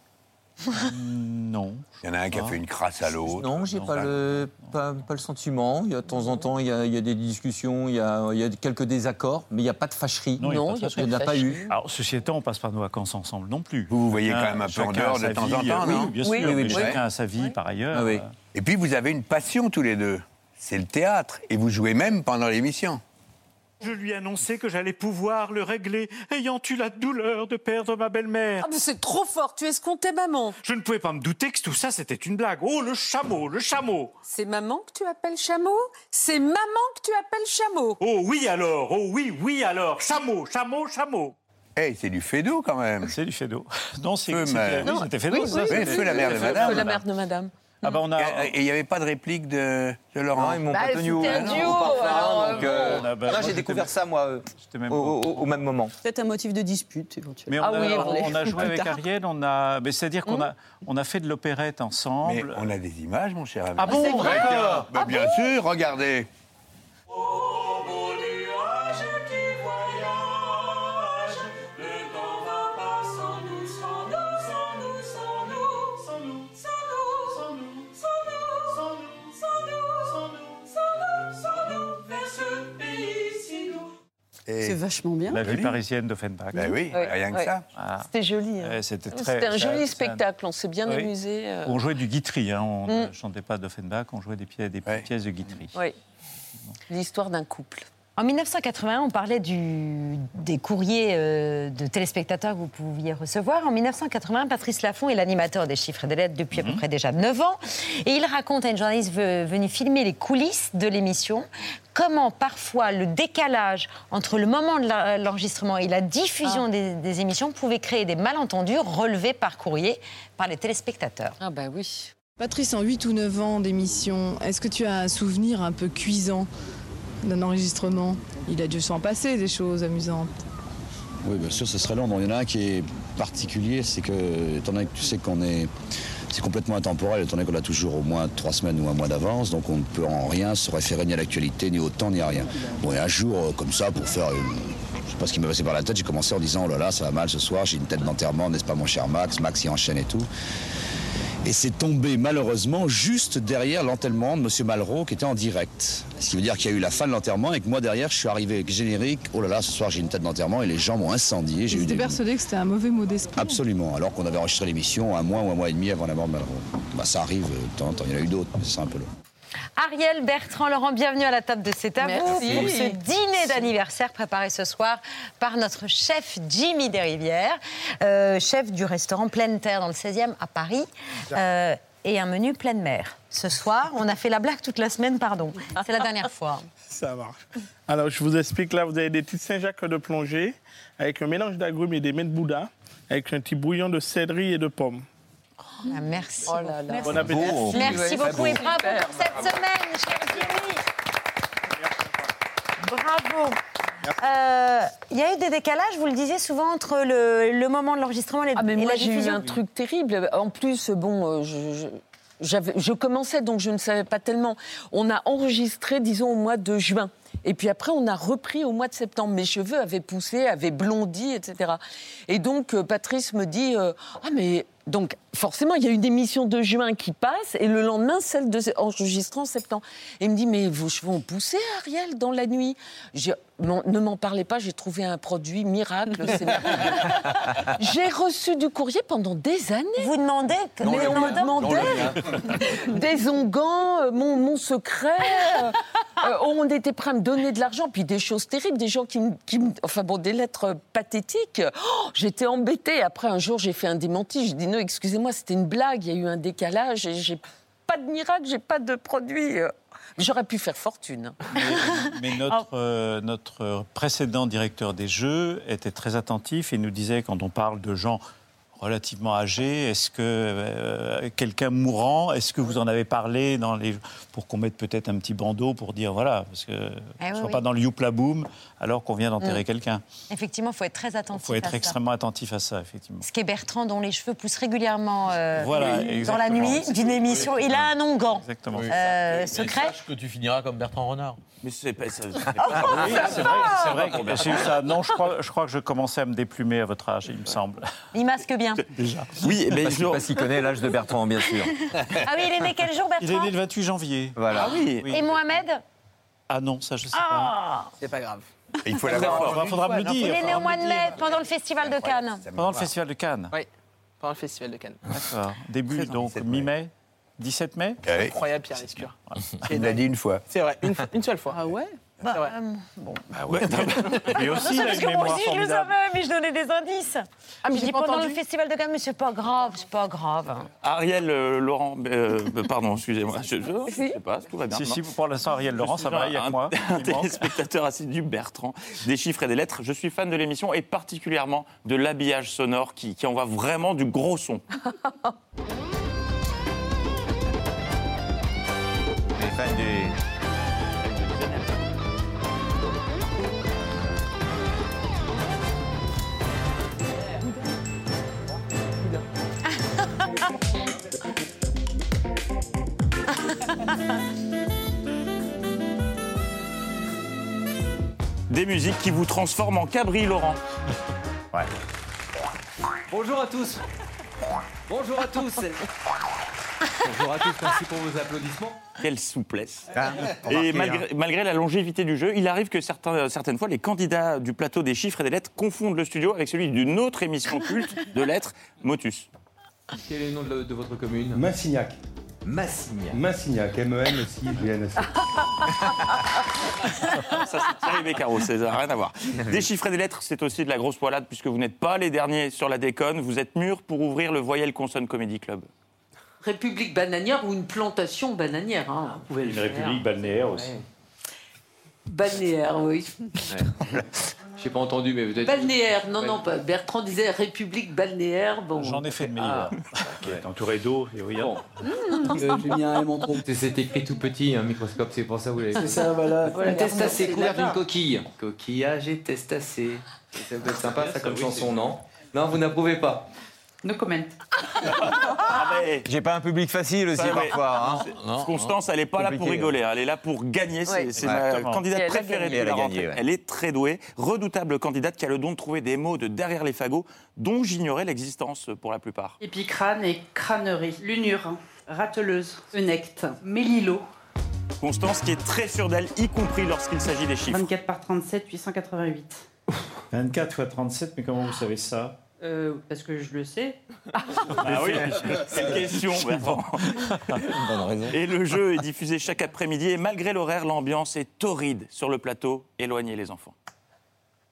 [SPEAKER 2] Non.
[SPEAKER 11] Il y en a un qui a
[SPEAKER 8] pas.
[SPEAKER 11] fait une crasse à l'autre.
[SPEAKER 8] Non, j'ai pas le, pas, pas le sentiment. Il y a de temps en temps, il y a, il y a des discussions, il y a, il y a quelques désaccords, mais il n'y a pas de fâcherie.
[SPEAKER 2] il y a pas de
[SPEAKER 8] il
[SPEAKER 2] fâcherie.
[SPEAKER 8] n'y en a pas eu.
[SPEAKER 2] Alors, ceci étant, on passe pas nos vacances ensemble non plus.
[SPEAKER 11] Vous vous voyez
[SPEAKER 2] Chacun-
[SPEAKER 11] quand même un peu en
[SPEAKER 2] chacun
[SPEAKER 11] dehors
[SPEAKER 2] a sa
[SPEAKER 11] de temps en
[SPEAKER 2] vie,
[SPEAKER 11] temps,
[SPEAKER 2] euh, oui,
[SPEAKER 11] non
[SPEAKER 2] bien sûr, mais chacun a sa vie par ailleurs.
[SPEAKER 11] Ah oui.
[SPEAKER 2] euh.
[SPEAKER 11] Et puis vous avez une passion tous les deux, c'est le théâtre, et vous jouez même pendant l'émission.
[SPEAKER 2] Je lui annonçais que j'allais pouvoir le régler, ayant eu la douleur de perdre ma belle-mère.
[SPEAKER 40] Ah, mais c'est trop fort, tu escomptais maman.
[SPEAKER 2] Je ne pouvais pas me douter que tout ça, c'était une blague. Oh, le chameau, le chameau
[SPEAKER 40] C'est maman que tu appelles chameau C'est maman que tu appelles chameau
[SPEAKER 2] Oh oui alors, oh oui, oui alors, chameau, chameau, chameau
[SPEAKER 11] Eh, c'est du fédo quand même.
[SPEAKER 2] C'est du fédo. Non, c'est
[SPEAKER 11] feu,
[SPEAKER 2] c'était-
[SPEAKER 11] ma-
[SPEAKER 2] oui, Non, c'était fédo, oui, ça, oui, c'était-
[SPEAKER 11] Oui, feu la mère de
[SPEAKER 2] feu,
[SPEAKER 11] madame.
[SPEAKER 2] feu la mère
[SPEAKER 9] de madame.
[SPEAKER 2] Ah bah on a...
[SPEAKER 11] Et il n'y avait pas de réplique de, de Laurent.
[SPEAKER 8] Non, ils m'ont Bah, pas tenu au c'était un courant, duo, parfois,
[SPEAKER 2] Ah
[SPEAKER 8] alors, donc, euh,
[SPEAKER 2] bah,
[SPEAKER 8] bon. non, j'ai découvert ça, moi, euh,
[SPEAKER 11] oh,
[SPEAKER 8] au- au- au même moment.
[SPEAKER 7] Peut-être un motif de dispute éventuellement.
[SPEAKER 9] Ah
[SPEAKER 2] Mais on, a, on-
[SPEAKER 9] [LAUGHS]
[SPEAKER 2] on a joué avec Ariel, on a, mais c'est-à-dire qu'on a, on a fait de l'opérette ensemble.
[SPEAKER 11] on a des images, mon cher ami.
[SPEAKER 2] Ah bon
[SPEAKER 11] C'est vrai
[SPEAKER 2] D'accord.
[SPEAKER 11] Bah, bien sûr, regardez.
[SPEAKER 7] C'est vachement bien.
[SPEAKER 2] La vie parisienne d'Offenbach.
[SPEAKER 11] Ben oui,
[SPEAKER 9] Ouais, rien que ouais. ça.
[SPEAKER 2] Ah.
[SPEAKER 9] C'était joli. hein.
[SPEAKER 2] Ouais, C'était très-
[SPEAKER 9] C'était un
[SPEAKER 2] ça-
[SPEAKER 9] joli
[SPEAKER 2] ça-
[SPEAKER 9] spectacle, on s'est bien
[SPEAKER 2] Oui.
[SPEAKER 9] amusé. euh.
[SPEAKER 2] On jouait du guitry, hein, on
[SPEAKER 9] Mm.
[SPEAKER 2] ne chantait pas d'Offenbach, on jouait des, pièces- des pièces de guitry.
[SPEAKER 9] Oui. L'histoire d'un couple.
[SPEAKER 1] En 1981, on parlait du- des courriers euh, de téléspectateurs que vous pouviez recevoir. En 1981, Patrice Laffont est l'animateur des chiffres et des lettres depuis à
[SPEAKER 2] Mhm.
[SPEAKER 1] peu près déjà 9 ans. Et il raconte à une journaliste ve- venue filmer les coulisses de l'émission comment parfois le décalage entre le moment de la- l'enregistrement et la
[SPEAKER 9] Ah.
[SPEAKER 1] diffusion des, des émissions pouvait créer des malentendus relevés par courrier par les téléspectateurs.
[SPEAKER 9] Ah bah oui.
[SPEAKER 30] Patrice, en 8 ou 9 ans d'émission, est-ce que tu as un souvenir un peu cuisant d'un enregistrement Il a dû s'en passer des choses amusantes.
[SPEAKER 39] Oui, bien sûr, ce serait long. Bon, il y en a un qui est particulier, c'est que, étant donné que tu sais qu'on est. C'est complètement intemporel, étant donné qu'on a toujours au moins trois semaines ou un mois d'avance, donc on ne peut en rien se référer ni à l'actualité, ni au temps, ni à rien. Bon, et un jour, euh, comme ça, pour faire une Je sais pas ce qui m'est passé par la tête. J'ai commencé en disant Oh là là, ça va mal ce soir, j'ai une tête d'enterrement, n'est-ce pas, mon cher Max Max y enchaîne et tout. Et c'est tombé malheureusement juste derrière l'enterrement de M. Malraux qui était en direct. Ce qui veut dire qu'il y a eu la fin de l'enterrement et que moi derrière je suis arrivé avec générique. Oh là là, ce soir j'ai une tête d'enterrement et les gens m'ont incendié. J'ai eu
[SPEAKER 30] J'étais
[SPEAKER 39] des...
[SPEAKER 30] persuadé que c'était un mauvais mot d'esprit.
[SPEAKER 39] Absolument, alors qu'on avait enregistré l'émission un mois ou un mois et demi avant la mort de Malraux. Bah, ça arrive, euh, de temps en temps, il y en a eu d'autres, mais c'est un peu long.
[SPEAKER 1] Ariel, Bertrand, Laurent, bienvenue à la table de cet amour
[SPEAKER 39] Merci.
[SPEAKER 1] pour ce dîner d'anniversaire préparé ce soir par notre chef Jimmy Desrivières, euh, chef du restaurant Pleine Terre dans le 16e à Paris. euh, et un menu pleine mer. Ce soir, on a fait la blague toute la semaine, pardon. C'est la dernière fois.
[SPEAKER 41] Ça marche. Alors, je vous explique. Là, vous avez des petits Saint-Jacques de plongée avec un mélange d'agrumes et des mets de boudin, avec un petit bouillon de céleri et de pommes.
[SPEAKER 1] Ah, merci.
[SPEAKER 9] Oh
[SPEAKER 1] beaucoup.
[SPEAKER 41] là. Bon appétit.
[SPEAKER 1] Merci,
[SPEAKER 41] Merci.
[SPEAKER 1] Merci
[SPEAKER 41] Ouais,
[SPEAKER 1] beaucoup
[SPEAKER 41] bravo.
[SPEAKER 1] et bravo
[SPEAKER 41] Super.
[SPEAKER 1] pour cette semaine, cher Jimmy. Bravo. Euh, Il y a eu des décalages, vous le disiez souvent, entre le, le moment de l'enregistrement et,
[SPEAKER 9] Ah, mais
[SPEAKER 1] et
[SPEAKER 9] moi,
[SPEAKER 1] la
[SPEAKER 9] j'ai eu
[SPEAKER 1] diffusion.
[SPEAKER 9] un truc terrible. En plus, bon, euh, je. je- j'avais- je commençais donc je ne savais pas tellement. On a enregistré, disons, au mois de juin. Et puis après, on a repris au mois de septembre. Mes cheveux avaient poussé, avaient blondi, etc. Et donc, euh, Patrice me dit euh, Ah, mais. Donc, forcément, il y a une émission de juin qui passe et le lendemain, celle de enregistrée en septembre. Et il me dit Mais vos cheveux ont poussé, Ariel, dans la nuit J'ai- M'en- Ne m'en parlez pas, j'ai trouvé un produit miracle.
[SPEAKER 1] [LAUGHS]
[SPEAKER 9] c'est merveilleux. J'ai reçu du courrier pendant des années.
[SPEAKER 1] Vous demandez que
[SPEAKER 9] Mais on me demandait [LAUGHS] des ongans, euh, mon, mon secret. euh, euh, on était prêt à me donner de l'argent, puis des choses terribles, des gens qui me. qui me- enfin bon, des lettres euh, pathétiques. Oh, J'étais embêtée. Après, un jour, j'ai fait un démenti. J'ai dit non, excusez-moi, c'était une blague. Il y a eu un décalage. et J'ai pas de miracle, j'ai pas de produit. euh. J'aurais pu faire fortune.
[SPEAKER 1] [LAUGHS] Oh.
[SPEAKER 2] Mais notre, euh, notre précédent directeur des Jeux était très attentif et nous disait, quand on parle de gens relativement âgés, est-ce que euh, quelqu'un mourant, est-ce que vous en avez parlé dans les... pour qu'on mette peut-être un petit bandeau pour dire, voilà, parce que
[SPEAKER 1] Eh
[SPEAKER 2] on
[SPEAKER 1] oui,
[SPEAKER 2] soit
[SPEAKER 1] oui.
[SPEAKER 2] pas dans le youpla boom alors qu'on vient d'enterrer
[SPEAKER 1] Mm.
[SPEAKER 2] quelqu'un.
[SPEAKER 1] Effectivement, il faut être très
[SPEAKER 2] Il
[SPEAKER 1] attentif.
[SPEAKER 2] faut
[SPEAKER 1] à
[SPEAKER 2] être
[SPEAKER 1] ça.
[SPEAKER 2] extrêmement attentif à ça, effectivement.
[SPEAKER 1] Ce qu'est Bertrand, dont les cheveux poussent régulièrement euh,
[SPEAKER 2] Voilà,
[SPEAKER 1] dans la
[SPEAKER 2] exactement.
[SPEAKER 1] nuit d'une émission. Il a un onguent.
[SPEAKER 2] Exactement.
[SPEAKER 1] Euh, secret.
[SPEAKER 3] Sache que tu finiras comme Bertrand Renard.
[SPEAKER 42] Mais c'est pas
[SPEAKER 3] [LAUGHS]
[SPEAKER 42] Ah, ça.
[SPEAKER 2] Oui, c'est vrai, c'est vrai que j'ai eu ça. Non, je crois, je crois que je commençais à me déplumer à votre âge, il me semble.
[SPEAKER 1] Il masque bien.
[SPEAKER 2] Déjà.
[SPEAKER 42] Oui, mais
[SPEAKER 2] Parce qu'il-
[SPEAKER 42] je-
[SPEAKER 2] parce qu'il connaît l'âge de Bertrand, bien sûr.
[SPEAKER 1] Ah oui, il est né quel jour,
[SPEAKER 2] Il est
[SPEAKER 1] Bertrand
[SPEAKER 2] né le 28 janvier.
[SPEAKER 42] Voilà.
[SPEAKER 2] Ah oui.
[SPEAKER 1] Et Mohamed
[SPEAKER 2] Ah non, ça je sais
[SPEAKER 1] Ah
[SPEAKER 42] C'est pas grave.
[SPEAKER 2] Il
[SPEAKER 42] faut l'avoir entendu
[SPEAKER 2] Il faudra
[SPEAKER 42] une
[SPEAKER 2] me le
[SPEAKER 42] fois,
[SPEAKER 2] dire.
[SPEAKER 1] Il est né au mois de mai, pendant le festival de Cannes.
[SPEAKER 2] Pendant le festival de Cannes.
[SPEAKER 42] Oui, pendant le festival de Cannes.
[SPEAKER 2] D'accord. Début donc mi-mai, 17 mai.
[SPEAKER 43] Eh
[SPEAKER 42] Incroyable, Pierre Lescure.
[SPEAKER 2] Ah. Il
[SPEAKER 42] l'a
[SPEAKER 2] dit une fois.
[SPEAKER 42] C'est vrai, une, fois- une seule fois. Ah ouais
[SPEAKER 1] Bah, euh,
[SPEAKER 2] Bah Et
[SPEAKER 1] Non,
[SPEAKER 2] aussi,
[SPEAKER 1] ça,
[SPEAKER 2] il a
[SPEAKER 1] parce
[SPEAKER 2] une
[SPEAKER 1] que moi
[SPEAKER 2] mémoire
[SPEAKER 1] aussi, je le
[SPEAKER 2] formidable.
[SPEAKER 1] savais, mais je donnais des indices. Ah, mais je
[SPEAKER 42] j'ai
[SPEAKER 1] dis
[SPEAKER 42] pas
[SPEAKER 1] pendant
[SPEAKER 42] entendu.
[SPEAKER 1] le festival de Cannes, mais c'est pas grave, c'est pas grave.
[SPEAKER 42] Ariel, euh, Laurent, euh, euh, pardon, excusez-moi, je ne sais pas, tout va bien.
[SPEAKER 2] Si,
[SPEAKER 42] Non.
[SPEAKER 2] si, pour l'instant, Ariel Laurent,
[SPEAKER 42] Je suis
[SPEAKER 2] ça va, il y a
[SPEAKER 42] un-
[SPEAKER 2] que moi.
[SPEAKER 42] [LAUGHS] Un téléspectateur assidu, Bertrand, des chiffres et des lettres. Je suis fan de l'émission et particulièrement de l'habillage sonore qui, qui envoie vraiment du gros son.
[SPEAKER 23] Les fans du.
[SPEAKER 8] Ah,
[SPEAKER 42] Des musiques qui vous transforment en cabri, Laurent. Ouais.
[SPEAKER 8] Bonjour à tous. Bonjour à tous. Bonjour à tous, merci pour vos applaudissements.
[SPEAKER 42] Quelle souplesse.
[SPEAKER 8] remarquez,
[SPEAKER 42] et malgré, malgré la longévité du jeu, il arrive que certains, certaines fois, les candidats du plateau des chiffres et des lettres confondent le studio avec celui d'une autre émission culte de lettres, Motus.
[SPEAKER 8] Quel est le nom de, la- de votre commune
[SPEAKER 19] Massignac.
[SPEAKER 8] Massignac.
[SPEAKER 19] Massignac,
[SPEAKER 8] E
[SPEAKER 19] M-E-N aussi, N aussi.
[SPEAKER 42] Ça, c'est Thierry Beccaro, c'est- ça n'a rien à
[SPEAKER 8] [LAUGHS]
[SPEAKER 42] voir. Des chiffres et des lettres, c'est aussi de la grosse poilade, puisque vous n'êtes pas les derniers sur la déconne. Vous êtes mûrs pour ouvrir le Voyelle Consonne Comedy Club.
[SPEAKER 18] République bananière ou une plantation bananière. hein. Vous pouvez le faire.
[SPEAKER 2] balnéaire aussi.
[SPEAKER 18] Balnéaire, oui.
[SPEAKER 8] J'ai pas entendu, mais vous êtes.
[SPEAKER 18] Balnéaire, non, non, pas. Bertrand disait République balnéaire. Bon.
[SPEAKER 2] J'en ai fait de meilleur.
[SPEAKER 9] Ah.
[SPEAKER 18] [LAUGHS]
[SPEAKER 8] Qui est entouré d'eau et rien.
[SPEAKER 18] Euh, j'ai mis un M en trop.
[SPEAKER 8] C'est écrit tout petit, un microscope, c'est pour ça que vous l'avez
[SPEAKER 18] C'est ça, voilà. Voilà,
[SPEAKER 8] Un testacé
[SPEAKER 18] c'est
[SPEAKER 8] couvert
[SPEAKER 18] là-bas.
[SPEAKER 8] d'une coquille. Coquillage et testacé. Ça peut être sympa, ça, comme chanson, non Non, vous n'approuvez pas.
[SPEAKER 18] No comment.
[SPEAKER 8] J'ai pas un public facile aussi
[SPEAKER 42] Ça, mais-
[SPEAKER 8] parfois. hein.
[SPEAKER 42] Non, Constance, elle n'est pas là pour
[SPEAKER 8] Compliqué.
[SPEAKER 42] rigoler, hein. elle est là pour gagner. C'est
[SPEAKER 8] Ouais.
[SPEAKER 42] c'est ma
[SPEAKER 8] Exactement. Et
[SPEAKER 42] candidate
[SPEAKER 8] elle a
[SPEAKER 42] préférée de
[SPEAKER 8] gagné. Elle
[SPEAKER 42] la
[SPEAKER 8] a gagné,
[SPEAKER 42] rentrée.
[SPEAKER 8] ouais.
[SPEAKER 42] Elle est très douée, redoutable candidate qui a le don de trouver des mots de derrière les fagots dont j'ignorais l'existence pour la plupart.
[SPEAKER 18] Épicrane et crânerie, lunure, rateleuse, unecte, mélilo.
[SPEAKER 42] Constance qui est très sûre d'elle, y compris lorsqu'il s'agit des chiffres.
[SPEAKER 18] 24 par 37, 888.
[SPEAKER 2] 24 x 37, mais comment vous savez ça
[SPEAKER 18] Euh, parce que je le sais.
[SPEAKER 42] Ah oui, quelle question
[SPEAKER 2] ben,
[SPEAKER 42] Bertrand. [LAUGHS] Et le jeu est diffusé chaque après-midi et malgré l'horaire, l'ambiance est torride sur le plateau. Éloignez les enfants.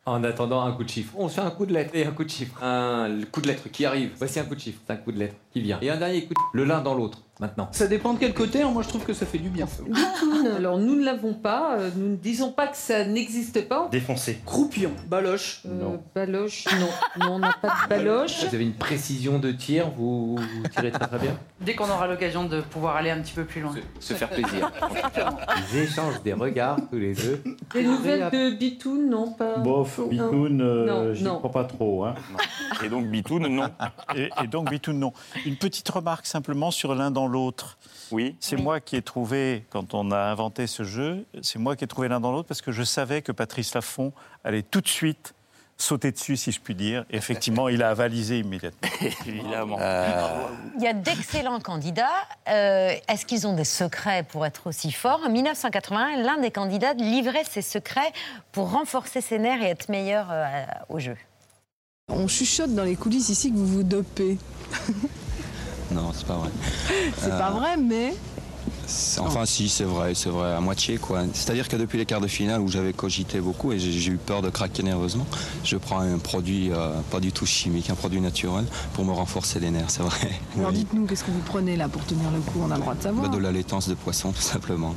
[SPEAKER 16] En attendant un coup de chiffre. On se fait un coup de lettre et un coup de chiffre. Un le coup de lettre qui arrive. Voici un coup de chiffre. C'est un coup de lettre qui vient. Et un dernier coup de Le l'un dans l'autre, maintenant. Ça dépend de quel côté. hein. Moi, je trouve que ça fait du bien.
[SPEAKER 18] Bitoune, alors nous ne l'avons pas, euh, nous ne disons pas que ça n'existe pas.
[SPEAKER 16] Défoncé.
[SPEAKER 18] Croupion, baloche. Euh,
[SPEAKER 16] Non.
[SPEAKER 18] Baloche, non, non on n'a pas de baloche.
[SPEAKER 16] Vous avez une précision de tir. Vous, vous tirez très très bien.
[SPEAKER 18] Dès qu'on aura l'occasion de pouvoir aller un petit peu plus loin.
[SPEAKER 16] Se faire plaisir. Ils échangent des regards tous les deux.
[SPEAKER 18] Des nouvelles de Bitoun, non pas.
[SPEAKER 2] Bof,
[SPEAKER 18] Non.
[SPEAKER 2] Bitoun,
[SPEAKER 18] Non,
[SPEAKER 2] euh, j'y
[SPEAKER 18] non.
[SPEAKER 2] crois pas trop.
[SPEAKER 42] Et donc Bitoun, non.
[SPEAKER 2] [LAUGHS] Et, donc Bitoun, non. Une petite remarque simplement sur l'un dans l'autre.
[SPEAKER 42] Oui.
[SPEAKER 2] C'est moi qui ai trouvé, quand on a inventé ce jeu, c'est moi qui ai trouvé l'un dans l'autre parce que je savais que Patrice Laffont allait tout de suite sauter dessus, si je puis dire. Et effectivement, il a avalisé
[SPEAKER 11] [LAUGHS]
[SPEAKER 2] immédiatement. Euh,
[SPEAKER 42] Évidemment.
[SPEAKER 1] Il y a d'excellents candidats. Euh, Est-ce qu'ils ont des secrets pour être aussi forts En 1981, l'un des candidats livrait ses secrets pour renforcer ses nerfs et être meilleur euh, au jeu.
[SPEAKER 30] On chuchote dans les coulisses ici que vous vous dopez. [LAUGHS]
[SPEAKER 15] Non, c'est pas vrai.
[SPEAKER 30] C'est
[SPEAKER 15] Euh,
[SPEAKER 30] pas vrai, mais
[SPEAKER 15] c'est- Enfin, si, c'est vrai, c'est vrai, à moitié, quoi. C'est-à-dire que depuis les quarts de finale où j'avais cogité beaucoup et j'ai j'ai eu peur de craquer nerveusement, je prends un produit euh, pas du tout chimique, un produit naturel pour me renforcer les nerfs, c'est vrai.
[SPEAKER 30] alors
[SPEAKER 15] Oui.
[SPEAKER 30] dites-nous qu'est-ce que vous prenez là pour tenir le coup, on a le droit de
[SPEAKER 15] Bah, [LAUGHS]
[SPEAKER 30] savoir.
[SPEAKER 15] de la laitance de poisson, tout simplement.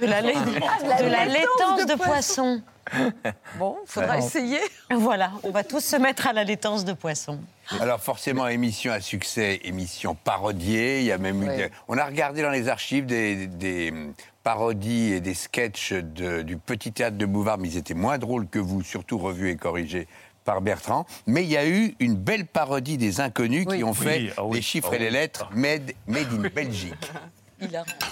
[SPEAKER 1] De la, [LAUGHS] lait-
[SPEAKER 30] Ah,
[SPEAKER 1] de la laitance de, poisson.
[SPEAKER 8] [LAUGHS]
[SPEAKER 7] Bon,
[SPEAKER 11] faudra
[SPEAKER 1] essayer. Voilà, on va tous se mettre à la laitance de poisson.
[SPEAKER 11] Alors forcément, émission à succès, émission parodiée. Il y a même eu
[SPEAKER 1] Ouais.
[SPEAKER 11] des- On a regardé dans les archives des, des parodies et des sketchs de- du petit théâtre de Bouvard, mais ils étaient moins drôles que vous, surtout revus et corrigés par Bertrand. Mais il y a eu une belle parodie des inconnus qui ont fait
[SPEAKER 16] Oui, ah oui,
[SPEAKER 11] les chiffres
[SPEAKER 16] ah
[SPEAKER 11] et les
[SPEAKER 16] oui.
[SPEAKER 11] lettres made, made in Belgique.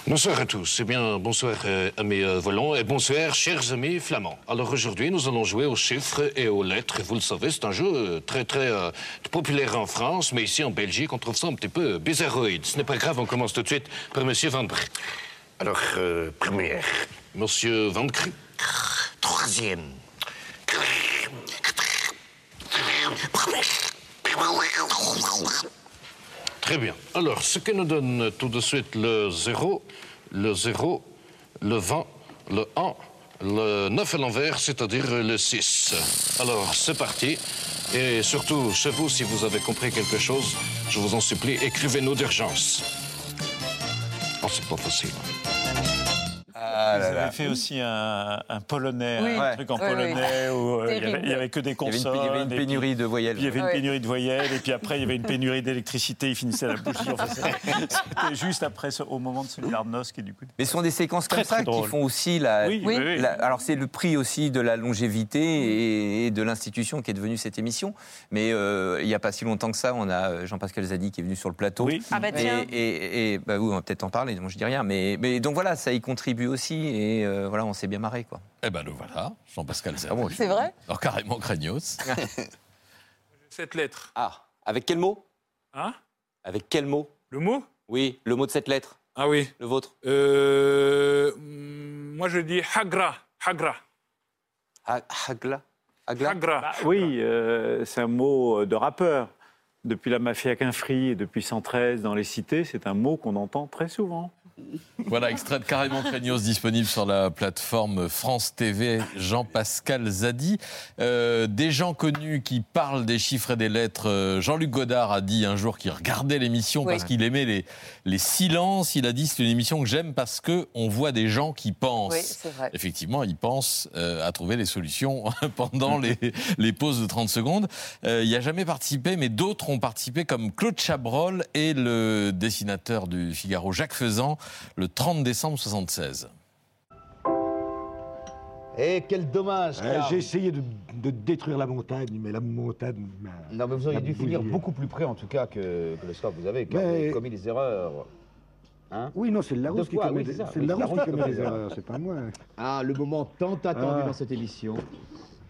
[SPEAKER 16] Bonsoir à tous, eh bien bonsoir euh, à mes euh, volants et bonsoir chers amis flamands. Alors aujourd'hui nous allons jouer aux chiffres et aux lettres. Vous le savez, c'est un jeu euh, très très euh, populaire en France, mais ici en Belgique on trouve ça un petit peu euh, bizarroïde. Ce n'est pas grave, on commence tout de suite par Monsieur Van Brek. Alors, euh, première. Monsieur Van Brek. Troisième. Très bien. Alors, ce que nous donne tout de suite le 0, le 0, le 20, le 1, le 9 à l'envers, c'est-à-dire le 6. Alors, c'est parti. Et surtout, chez vous, si vous avez compris quelque chose, je vous en supplie, écrivez-nous d'urgence. Oh, c'est pas facile.
[SPEAKER 2] Ils
[SPEAKER 11] Ah, là
[SPEAKER 2] avaient
[SPEAKER 11] là.
[SPEAKER 2] fait aussi un, un polonais,
[SPEAKER 11] Oui.
[SPEAKER 2] un truc en
[SPEAKER 11] Ouais.
[SPEAKER 2] polonais
[SPEAKER 11] Oui, oui.
[SPEAKER 2] où euh, il n'y
[SPEAKER 11] Terrible.
[SPEAKER 2] avait, il y avait que des
[SPEAKER 11] Il y avait une- il y
[SPEAKER 2] consonnes.
[SPEAKER 11] avait une
[SPEAKER 2] et puis-
[SPEAKER 11] pénurie de voyelles.
[SPEAKER 2] puis Il y avait une
[SPEAKER 11] Ouais.
[SPEAKER 2] pénurie de voyelles, et puis après, il y avait une pénurie d'électricité, ils finissaient à la bougie. Enfin, c'était c'était juste après, ce- au moment de celui-là de Noce, qui est du coup.
[SPEAKER 8] Mais ce sont des séquences
[SPEAKER 2] Très,
[SPEAKER 8] comme ça
[SPEAKER 2] très drôle.
[SPEAKER 8] qui font aussi la.
[SPEAKER 2] Oui, oui, oui.
[SPEAKER 8] la- alors c'est le prix aussi de la longévité et, et de l'institution qui est devenue cette émission. Mais euh, il n'y a pas si longtemps que ça, on a euh, Jean-Pascal Zadi qui est venu sur le plateau.
[SPEAKER 7] Ah bah
[SPEAKER 8] Et-
[SPEAKER 7] tiens.
[SPEAKER 8] Et, et- bah oui, on va peut-être en parler. Donc je dis rien. Mais, mais donc voilà, ça y contribue aussi et euh, voilà, on s'est bien marré quoi.
[SPEAKER 3] Eh ben le voilà, Jean-Pascal
[SPEAKER 8] Ah
[SPEAKER 3] Zerbe.
[SPEAKER 7] C'est vrai
[SPEAKER 3] Alors carrément
[SPEAKER 44] [LAUGHS]
[SPEAKER 3] Cragnos.
[SPEAKER 44] Cette lettre.
[SPEAKER 16] Ah, avec quel mot
[SPEAKER 44] Hein
[SPEAKER 16] Avec quel mot
[SPEAKER 44] Le mot
[SPEAKER 16] Oui, le mot de cette lettre.
[SPEAKER 44] Ah oui.
[SPEAKER 16] Le vôtre
[SPEAKER 44] Euh, mm, moi, je dis Hagra. Hagra.
[SPEAKER 16] Ha- Hagla Hagla
[SPEAKER 2] Bah oui, euh, c'est un mot euh, de rappeur. Depuis la mafia Quinfri et depuis 113 dans les cités, c'est un mot qu'on entend très souvent.
[SPEAKER 3] Voilà, extrait de Carrément Craignos disponible sur la plateforme France TV, Jean-Pascal Zadi. Euh, des gens connus qui parlent des chiffres et des lettres. Euh, Jean-Luc Godard a dit un jour qu'il regardait l'émission
[SPEAKER 16] Oui.
[SPEAKER 3] parce qu'il aimait les, les silences. Il a dit c'est une émission que j'aime parce que on voit des gens qui pensent.
[SPEAKER 16] Oui, c'est vrai.
[SPEAKER 3] Effectivement, ils pensent euh, à trouver des solutions [LAUGHS] pendant les, les pauses de 30 secondes. Euh, il n'y a jamais participé, mais d'autres ont participé, comme Claude Chabrol et le dessinateur du Figaro Jacques Faisan, le 30 décembre 76.
[SPEAKER 5] Eh, quel dommage
[SPEAKER 19] Ouais, Euh, J'ai essayé de, de détruire la montagne, mais la montagne m'a.
[SPEAKER 5] Non, mais vous auriez
[SPEAKER 19] m'a
[SPEAKER 5] dû finir
[SPEAKER 19] bousillé.
[SPEAKER 5] beaucoup plus près, en tout cas, que, que le score que vous avez, car
[SPEAKER 19] Ah, Mais-
[SPEAKER 5] vous avez commis des erreurs. Hein
[SPEAKER 19] Oui, non, c'est le
[SPEAKER 5] De
[SPEAKER 19] Larousse qui
[SPEAKER 5] quoi
[SPEAKER 19] commet
[SPEAKER 5] Oui,
[SPEAKER 19] des-
[SPEAKER 5] c'est ça,
[SPEAKER 19] c'est
[SPEAKER 5] oui,
[SPEAKER 19] le Larousse qui commet
[SPEAKER 5] commet
[SPEAKER 19] des erreurs, c'est pas moi.
[SPEAKER 5] Ah, le moment tant attendu
[SPEAKER 19] Ah.
[SPEAKER 5] dans cette émission.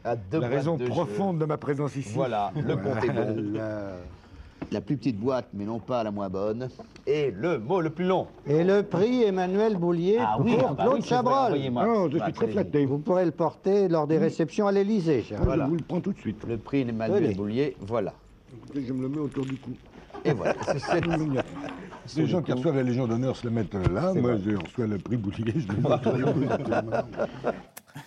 [SPEAKER 5] À deux
[SPEAKER 19] La
[SPEAKER 5] boîtes
[SPEAKER 19] raison
[SPEAKER 5] de jeu.
[SPEAKER 19] profonde de ma présence ici.
[SPEAKER 5] Voilà, le compte est bon.
[SPEAKER 19] Voilà.
[SPEAKER 5] [LAUGHS] La plus petite boîte, mais non pas la moins bonne. [LAUGHS]
[SPEAKER 6] Ah
[SPEAKER 5] Et le mot le plus long.
[SPEAKER 6] Et le prix Emmanuel Boulier
[SPEAKER 5] Ah
[SPEAKER 6] pour
[SPEAKER 5] oui, ah bah
[SPEAKER 6] Claude
[SPEAKER 5] oui, c'est vrai,
[SPEAKER 6] Chabrol.
[SPEAKER 5] envoyez-moi. Non, je suis Ah, très allez-y. flatté.
[SPEAKER 6] Bah, Vous pourrez le porter lors des
[SPEAKER 5] Oui.
[SPEAKER 6] réceptions à l'Élysée. Gérard.
[SPEAKER 5] Voilà.
[SPEAKER 6] Vous-
[SPEAKER 5] le prends tout de suite. Le prix Emmanuel
[SPEAKER 6] Tenez.
[SPEAKER 5] Boulier, voilà.
[SPEAKER 19] Écoutez, je me le mets autour du cou.
[SPEAKER 5] Et voilà. [LAUGHS] c'est cette-
[SPEAKER 19] Les gens qui reçoivent la Légion d'honneur se le mettent euh, là.
[SPEAKER 5] C'est
[SPEAKER 19] Moi,
[SPEAKER 5] vrai.
[SPEAKER 19] je reçois le prix Boulier, je
[SPEAKER 5] [LAUGHS]
[SPEAKER 19] le mets autour du cou.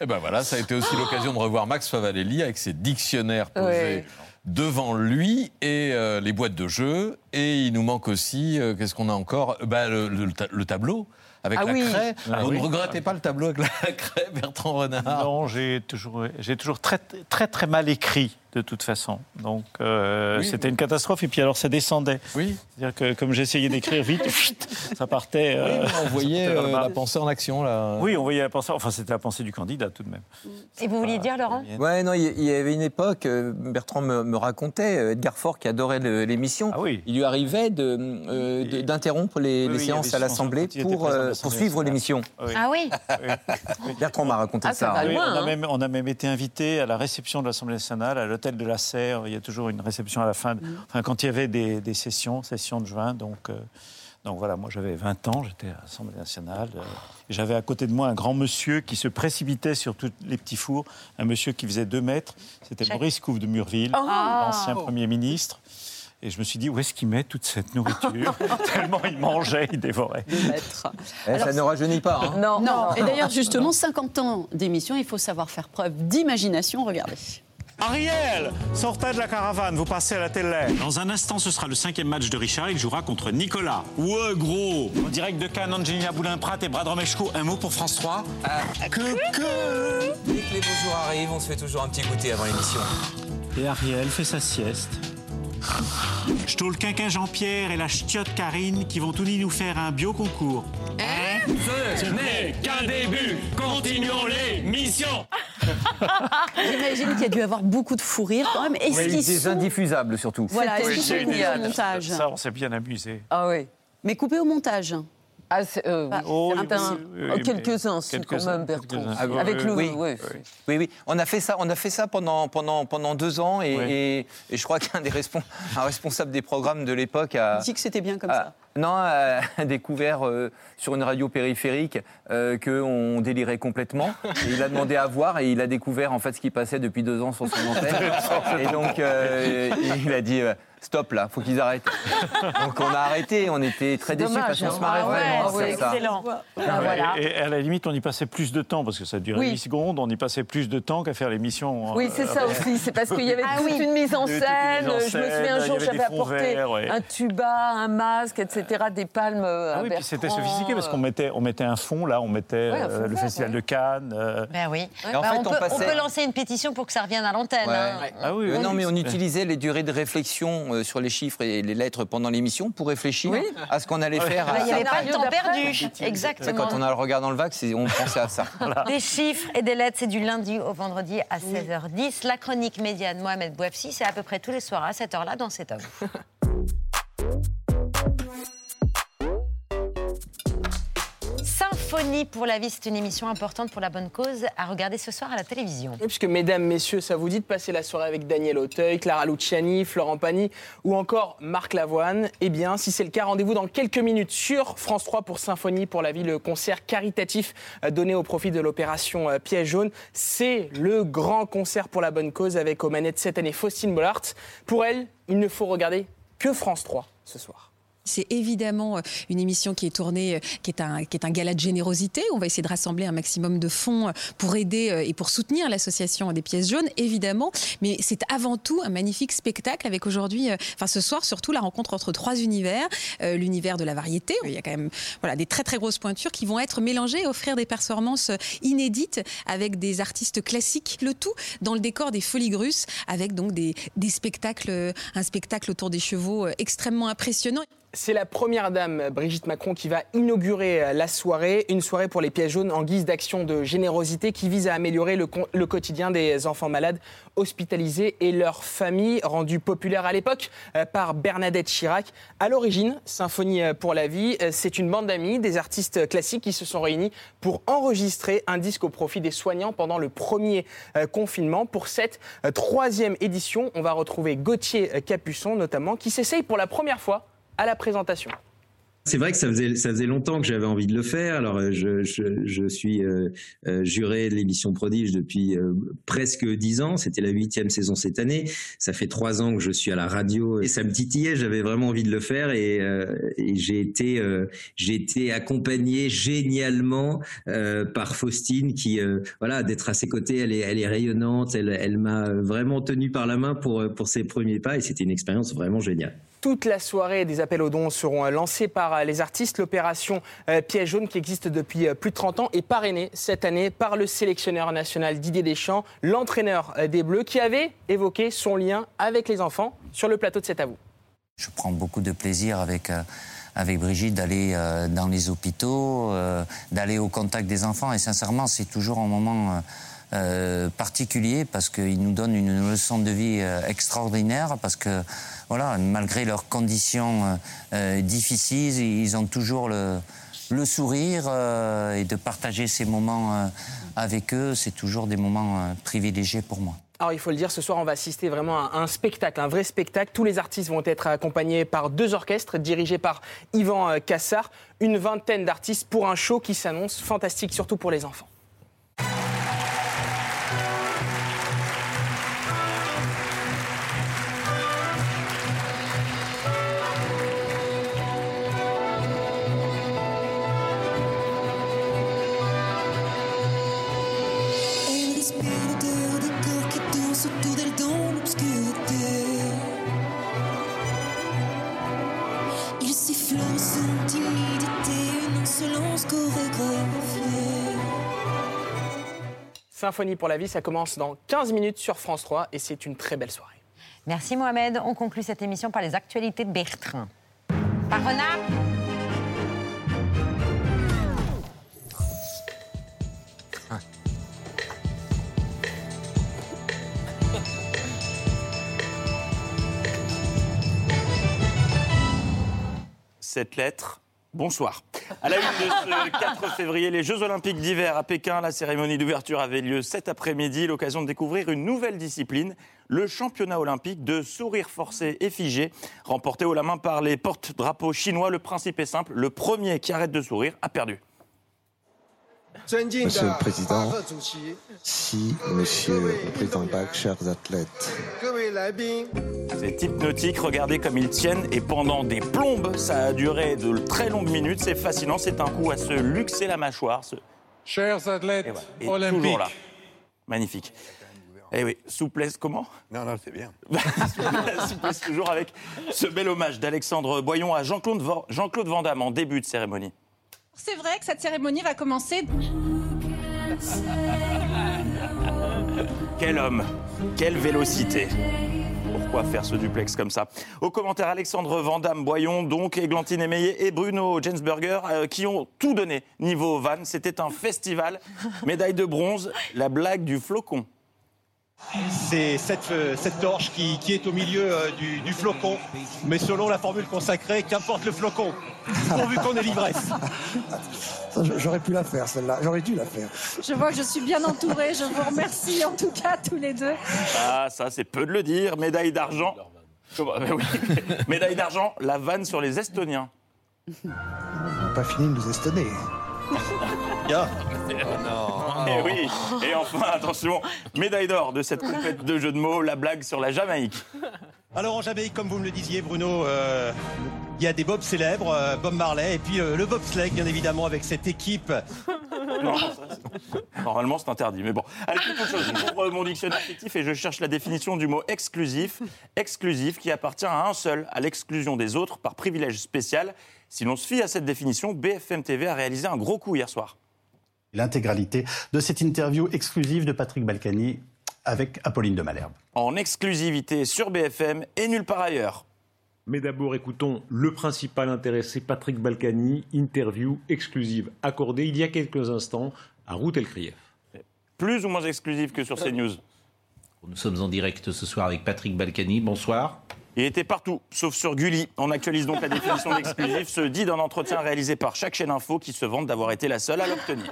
[SPEAKER 3] Et ben voilà, ça a été aussi l'occasion de revoir Max Favalelli avec ses dictionnaires posés
[SPEAKER 9] Ouais.
[SPEAKER 3] devant lui et euh, les boîtes de jeux. Et il nous manque aussi, euh, qu'est-ce qu'on a encore Bah, le, le ta- le tableau avec
[SPEAKER 9] Ah
[SPEAKER 3] la
[SPEAKER 9] oui.
[SPEAKER 3] craie.
[SPEAKER 2] Ah
[SPEAKER 3] Vous
[SPEAKER 2] oui.
[SPEAKER 3] ne regrettez pas le tableau avec la craie, Bertrand Renard
[SPEAKER 2] Non, j'ai toujours, j'ai toujours très, très, très mal écrit, de toute façon. Donc, euh,
[SPEAKER 3] Oui.
[SPEAKER 2] c'était une catastrophe. Et puis, alors, ça descendait.
[SPEAKER 3] Oui.
[SPEAKER 2] C'est-à-dire que, comme j'essayais d'écrire vite, [LAUGHS] chut, ça
[SPEAKER 3] Oui,
[SPEAKER 2] partait. euh, [LAUGHS]
[SPEAKER 3] mais on voyait
[SPEAKER 2] ça partait vers le
[SPEAKER 3] euh,
[SPEAKER 2] bas.
[SPEAKER 3] la pensée en action, là.
[SPEAKER 2] Oui, on voyait la pensée. Enfin, c'était la pensée du candidat, tout de même.
[SPEAKER 1] Et vous vouliez dire, Laurent
[SPEAKER 8] Ouais, non, il y- il y avait une époque, euh, Bertrand me, me racontait, euh, Edgar Faure qui adorait le- l'émission,
[SPEAKER 2] Ah
[SPEAKER 8] il lui arrivait de, euh, de- d'interrompre les,
[SPEAKER 2] Oui, oui,
[SPEAKER 8] les
[SPEAKER 2] il y avait
[SPEAKER 8] séances
[SPEAKER 2] souvent
[SPEAKER 8] à
[SPEAKER 2] ça
[SPEAKER 8] l'Assemblée
[SPEAKER 2] quand il était
[SPEAKER 8] pour,
[SPEAKER 2] présent à
[SPEAKER 8] euh,
[SPEAKER 2] l'Assemblée
[SPEAKER 8] pour suivre
[SPEAKER 2] nationale.
[SPEAKER 8] l'émission.
[SPEAKER 1] Ah oui
[SPEAKER 8] [LAUGHS] Bertrand m'a raconté
[SPEAKER 1] Ah, ça va
[SPEAKER 2] Oui,
[SPEAKER 1] loin,
[SPEAKER 2] on, a
[SPEAKER 1] hein.
[SPEAKER 2] même, on a même été invité à la réception de l'Assemblée nationale, à l'hôtel de la Serre. Il y a toujours une réception à la fin. de-
[SPEAKER 1] Mm.
[SPEAKER 2] Enfin, quand il y avait des, des sessions, sessions de juin. Donc, euh, donc voilà, moi j'avais 20 ans, j'étais à l'Assemblée nationale. euh, et j'avais à côté de moi un grand monsieur qui se précipitait sur tous les petits fours. Un monsieur qui faisait deux mètres. C'était
[SPEAKER 1] Chaque-
[SPEAKER 2] Maurice Couve de Murville,
[SPEAKER 1] Oh.
[SPEAKER 2] l'ancien Premier ministre. Et je me suis dit, où est-ce qu'il met toute
[SPEAKER 1] [LAUGHS]
[SPEAKER 2] cette nourriture [LAUGHS] Tellement il mangeait, il dévorait.
[SPEAKER 8] Eh, ça ne rajeunit pas. hein.
[SPEAKER 7] [LAUGHS] Non. Et d'ailleurs, justement, 50 ans d'émission, il faut savoir faire preuve d'imagination. Regardez.
[SPEAKER 2] Ariel, sortez de la caravane, vous passez à la télé. Dans un instant, ce sera le cinquième match de Richard. Il jouera contre Nicolas. Ouais, gros En direct de Cannes, Angelina Boulin-Prat et Brad Romeshko. Un mot pour France 3 Euh.
[SPEAKER 8] Dès que les beaux jours arrivent, on se fait toujours un petit goûter avant l'émission.
[SPEAKER 2] Et Ariel fait sa sieste. Je le quinquin Jean-Pierre et la ch'tiote Karine qui vont tous nous faire un bio concours. Hein
[SPEAKER 10] Ce n'est qu'un début. Continuons les missions.
[SPEAKER 7] J'imagine qu'il y a dû avoir beaucoup de fou rire quand même. Est-ce
[SPEAKER 8] Oui,
[SPEAKER 7] qu'ils
[SPEAKER 8] des
[SPEAKER 7] sont-
[SPEAKER 8] indiffusables surtout.
[SPEAKER 7] Voilà, est-ce
[SPEAKER 2] Oui,
[SPEAKER 7] qu'ils sont
[SPEAKER 2] j'ai une-
[SPEAKER 7] coupés au montage
[SPEAKER 2] Ça, on s'est bien amusé.
[SPEAKER 9] Ah oui.
[SPEAKER 7] Mais coupés au montage.
[SPEAKER 9] Ah, c'est, euh,
[SPEAKER 7] Pas-
[SPEAKER 9] oui.
[SPEAKER 7] c'est impossible.
[SPEAKER 8] Oh, oui, oui,
[SPEAKER 9] Oh, quelques-uns, c'est quand
[SPEAKER 8] quelques-uns,
[SPEAKER 9] même, Bertrand.
[SPEAKER 8] quelques-uns. Ah, oui,
[SPEAKER 9] Avec
[SPEAKER 8] oui,
[SPEAKER 9] le.
[SPEAKER 8] oui.
[SPEAKER 9] ouais.
[SPEAKER 8] Oui, oui. On a fait ça, on a fait ça pendant, pendant, pendant deux ans et,
[SPEAKER 9] Oui.
[SPEAKER 8] et- et je crois qu'un des respon- [LAUGHS] un responsable des programmes de l'époque a.
[SPEAKER 7] Il dit que c'était bien comme
[SPEAKER 8] a- Non, a a découvert euh, sur une radio périphérique euh, qu'on délirait complètement. Et il a demandé à voir et il a découvert en fait ce qui passait depuis deux ans sur [LAUGHS] son antenne. Et donc euh, il a dit euh, stop là, faut qu'ils arrêtent. Donc on a arrêté, on était très
[SPEAKER 1] C'est
[SPEAKER 8] déçus
[SPEAKER 1] dommage,
[SPEAKER 8] parce qu'on
[SPEAKER 1] hein.
[SPEAKER 8] se marrait
[SPEAKER 1] Ah ouais,
[SPEAKER 8] vraiment.
[SPEAKER 1] c'est
[SPEAKER 8] sur ça.
[SPEAKER 1] excellent.
[SPEAKER 2] Ah,
[SPEAKER 1] Ah, voilà.
[SPEAKER 2] Et et à la limite, on y passait plus de temps, parce que ça durait
[SPEAKER 9] Oui.
[SPEAKER 2] 8 secondes, on y passait plus de temps qu'à faire l'émission.
[SPEAKER 9] Oui,
[SPEAKER 2] euh,
[SPEAKER 9] c'est ça
[SPEAKER 2] avant.
[SPEAKER 9] aussi. C'est parce qu'il y avait
[SPEAKER 1] Ah
[SPEAKER 9] toute
[SPEAKER 1] oui.
[SPEAKER 9] une mise en
[SPEAKER 2] Il y
[SPEAKER 9] scène.
[SPEAKER 2] avait toute une mise en
[SPEAKER 9] Je me
[SPEAKER 2] scène,
[SPEAKER 9] souviens un
[SPEAKER 2] il y
[SPEAKER 9] jour,
[SPEAKER 2] avait
[SPEAKER 9] j'avais
[SPEAKER 2] des fonds
[SPEAKER 9] apporté
[SPEAKER 2] verts, ouais.
[SPEAKER 9] un tuba, un masque, etc., des palmes. euh, à
[SPEAKER 2] Ah oui, puis
[SPEAKER 9] Bertrand,
[SPEAKER 2] c'était sophistiqué parce qu'on mettait, on mettait un fond, là, on mettait
[SPEAKER 9] Ouais, un
[SPEAKER 2] euh,
[SPEAKER 9] fond
[SPEAKER 2] le
[SPEAKER 9] vert,
[SPEAKER 2] Festival de Cannes. euh,
[SPEAKER 1] Ben oui.
[SPEAKER 8] Et en
[SPEAKER 1] Bah,
[SPEAKER 8] fait,
[SPEAKER 1] on,
[SPEAKER 8] on
[SPEAKER 1] peut,
[SPEAKER 8] passait-
[SPEAKER 1] on peut lancer une pétition pour que ça revienne à l'antenne. hein.
[SPEAKER 8] Ouais.
[SPEAKER 2] Ah oui,
[SPEAKER 8] Euh,
[SPEAKER 2] oui,
[SPEAKER 8] non,
[SPEAKER 2] oui.
[SPEAKER 8] mais on utilisait les durées de réflexion euh, sur les chiffres et les lettres pendant l'émission pour réfléchir
[SPEAKER 1] Oui.
[SPEAKER 8] à ce qu'on allait faire.
[SPEAKER 1] Bah, Il n'y avait pas de temps
[SPEAKER 9] d'après.
[SPEAKER 1] perdu.
[SPEAKER 8] Tu sais,
[SPEAKER 1] Exactement.
[SPEAKER 8] Quand on a le regard dans le vague, c'est- on pensait à ça.
[SPEAKER 1] Des chiffres et des lettres, c'est du lundi au vendredi à 16h10. La chronique média de Mohamed Bouafsi, c'est à peu près tous les soirs à cette heure-là dans cet homme. Symphonie pour la vie, c'est une émission importante pour la bonne cause à regarder ce soir à la télévision.
[SPEAKER 43] Oui, puisque mesdames, messieurs, ça vous dit de passer la soirée avec Daniel Auteuil, Clara Luciani, Florent Pagny ou encore Marc Lavoine. Eh bien, si c'est le cas, rendez-vous dans quelques minutes sur France 3 pour Symphonie pour la vie, le concert caritatif euh, donné au profit de l'opération euh, Piège jaune. C'est le grand concert pour la bonne cause avec aux manettes cette année Faustine Bollard. Pour elle, il ne faut regarder que France 3 ce soir.
[SPEAKER 45] C'est évidemment euh, une émission qui est tournée, euh, qui est, un, qui est un gala de générosité. On va essayer de rassembler un maximum de fonds euh, pour aider euh, et pour soutenir l'association des pièces jaunes, évidemment. Mais c'est avant tout un magnifique spectacle avec aujourd'hui, euh, enfin ce soir surtout, la rencontre entre trois univers. Euh, L'univers de la variété, il y a quand même voilà, des très très grosses pointures qui vont être mélangées et offrir des performances euh, inédites avec des artistes classiques. Le tout dans le décor des Folies Grusses avec donc des, des spectacles, euh, un spectacle autour des chevaux euh, extrêmement impressionnant.
[SPEAKER 43] C'est la première dame, Brigitte Macron, qui va inaugurer euh, la soirée, une soirée pour les pièces jaunes en guise d'action de générosité qui vise à améliorer le, con- le quotidien des enfants malades hospitalisés et leurs familles, rendu populaire à l'époque euh, par Bernadette Chirac. À l'origine, Symphonie pour la vie, euh, c'est une bande d'amis, des artistes euh, classiques qui se sont réunis pour enregistrer un disque au profit des soignants pendant le premier euh, confinement. Pour cette euh, troisième édition, on va retrouver Gauthier euh, Capuçon notamment, qui s'essaye pour la première fois à la présentation.
[SPEAKER 4] C'est vrai que ça faisait, ça faisait longtemps que j'avais envie de le faire. Alors, euh, je, je, je suis euh, euh, juré de l'émission Prodige depuis euh, presque dix ans. C'était la huitième saison cette année. Ça fait trois ans que je suis à la radio et ça me titillait. J'avais vraiment envie de le faire et, euh, et j'ai été, euh, j'ai été accompagné génialement euh, par Faustine qui, euh, voilà, d'être à ses côtés, elle est, elle est rayonnante. Elle, elle m'a vraiment tenu par la main pour, pour ses premiers pas et c'était une expérience vraiment géniale.
[SPEAKER 43] Toute la soirée, des appels aux dons seront euh, lancés par euh, les artistes. L'opération euh, Piège jaune, qui existe depuis euh, plus de 30 ans, est parrainée cette année par le sélectionneur national Didier Deschamps, l'entraîneur euh, des Bleus, qui avait évoqué son lien avec les enfants sur le plateau de cet à vous.
[SPEAKER 38] Je prends beaucoup de plaisir avec, euh, avec Brigitte d'aller euh, dans les hôpitaux, euh, d'aller au contact des enfants. Et sincèrement, c'est toujours un moment euh, euh, particulier parce qu'ils nous donnent une leçon de vie euh, extraordinaire. Parce que, voilà, malgré leurs conditions euh, euh, difficiles, ils ont toujours le, le sourire euh, et de partager ces moments euh, avec eux, c'est toujours des moments euh, privilégiés pour moi.
[SPEAKER 43] Alors il faut le dire, ce soir on va assister vraiment à un spectacle, un vrai spectacle. Tous les artistes vont être accompagnés par deux orchestres dirigés par Yvan euh, Cassard, une vingtaine d'artistes pour un show qui s'annonce fantastique, surtout pour les enfants.
[SPEAKER 40] Elle respire l'odeur des corps qui dansent autour d'elle dans l'obscurité. Il siffle en son timidité, une insolence
[SPEAKER 18] [LAUGHS]
[SPEAKER 40] chorégraphiée.
[SPEAKER 43] Symphonie pour la vie, ça commence dans 15 minutes sur France 3 et c'est une très belle soirée.
[SPEAKER 1] Merci Mohamed. On conclut cette émission par les actualités de Bertrand. Par renard
[SPEAKER 42] cette lettre. Bonsoir. À la une de ce 4 février, les Jeux Olympiques d'hiver à Pékin, la cérémonie d'ouverture avait lieu cet après-midi, l'occasion de découvrir une nouvelle discipline, le championnat olympique de sourire forcé et figé, remporté haut la main par les porte-drapeaux chinois. Le principe est simple, le premier qui arrête de sourire a perdu.
[SPEAKER 41] Monsieur le Président, si Monsieur le Président Bach, chers athlètes,
[SPEAKER 42] C'est hypnotique, regardez comme ils tiennent et pendant des plombes, ça a duré de très longues minutes, c'est fascinant, c'est un coup à se luxer la mâchoire. ce-
[SPEAKER 44] Chers athlètes
[SPEAKER 42] Et toujours là.
[SPEAKER 44] olympiques.
[SPEAKER 42] Magnifique. Eh oui, souplesse comment [LAUGHS] Non, non, c'est bien. souplesse toujours avec ce bel hommage d'Alexandre Boyon à Jean-Claude Van, Jean-Claude Van Damme en début de cérémonie.
[SPEAKER 46] C'est vrai que cette cérémonie va commencer.
[SPEAKER 42] Quel homme, quelle vélocité. Pourquoi faire ce duplex comme ça Au commentaire, Alexandre Vandamme, Boyon, donc, Églantine Émeillé et Bruno Jensberger euh, qui ont tout donné niveau van. C'était un festival. Médaille de bronze, la blague du flocon.
[SPEAKER 47] C'est cette, euh, cette torche qui, qui est au milieu euh, du, du flocon, mais selon la formule consacrée, qu'importe le flocon, pourvu qu'on ait l'ivresse.
[SPEAKER 26] Ça, je- J'aurais pu la faire, celle-là. J'aurais dû la faire.
[SPEAKER 46] Je vois que je suis bien entourée. Je vous remercie en tout cas tous les deux.
[SPEAKER 42] Ah, ça, c'est peu de le dire. Médaille d'argent. Comment- [LAUGHS] Mais oui. Médaille d'argent, la vanne sur les Estoniens.
[SPEAKER 26] On n'a pas fini de nous estonner.
[SPEAKER 42] Et oui. Et enfin, attention, médaille d'or de cette compète de jeux de mots, la blague sur la Jamaïque.
[SPEAKER 47] Alors en Jamaïque, comme vous me le disiez, Bruno, euh, il y a des bobs célèbres, euh, Bob Marley, et puis euh, le bobsleigh, bien évidemment, avec cette équipe.
[SPEAKER 42] Non, ça, c'est- Normalement, c'est interdit, mais bon. Allez, toute chose, j'ouvre mon dictionnaire fictif et je cherche la définition du mot exclusif. Exclusif qui appartient à un seul, à l'exclusion des autres, par privilège spécial. Si l'on se fie à cette définition, BFM TV a réalisé un gros coup hier soir.
[SPEAKER 48] l'intégralité de cette interview exclusive de Patrick Balkany avec Apolline de Malherbe.
[SPEAKER 42] En exclusivité sur BFM et nulle part ailleurs.
[SPEAKER 5] Mais d'abord, écoutons le principal intéressé, Patrick Balkany, interview exclusive accordée il y a quelques instants à Ruth Elkrief.
[SPEAKER 42] Plus ou moins exclusive que sur CNews.
[SPEAKER 6] Nous sommes en direct ce soir avec Patrick Balkany. Bonsoir.
[SPEAKER 42] Il était partout, sauf sur Gulli. On actualise donc la définition d'exclusif, se dit d'un entretien réalisé par chaque chaîne info qui se vante d'avoir été la seule à l'obtenir.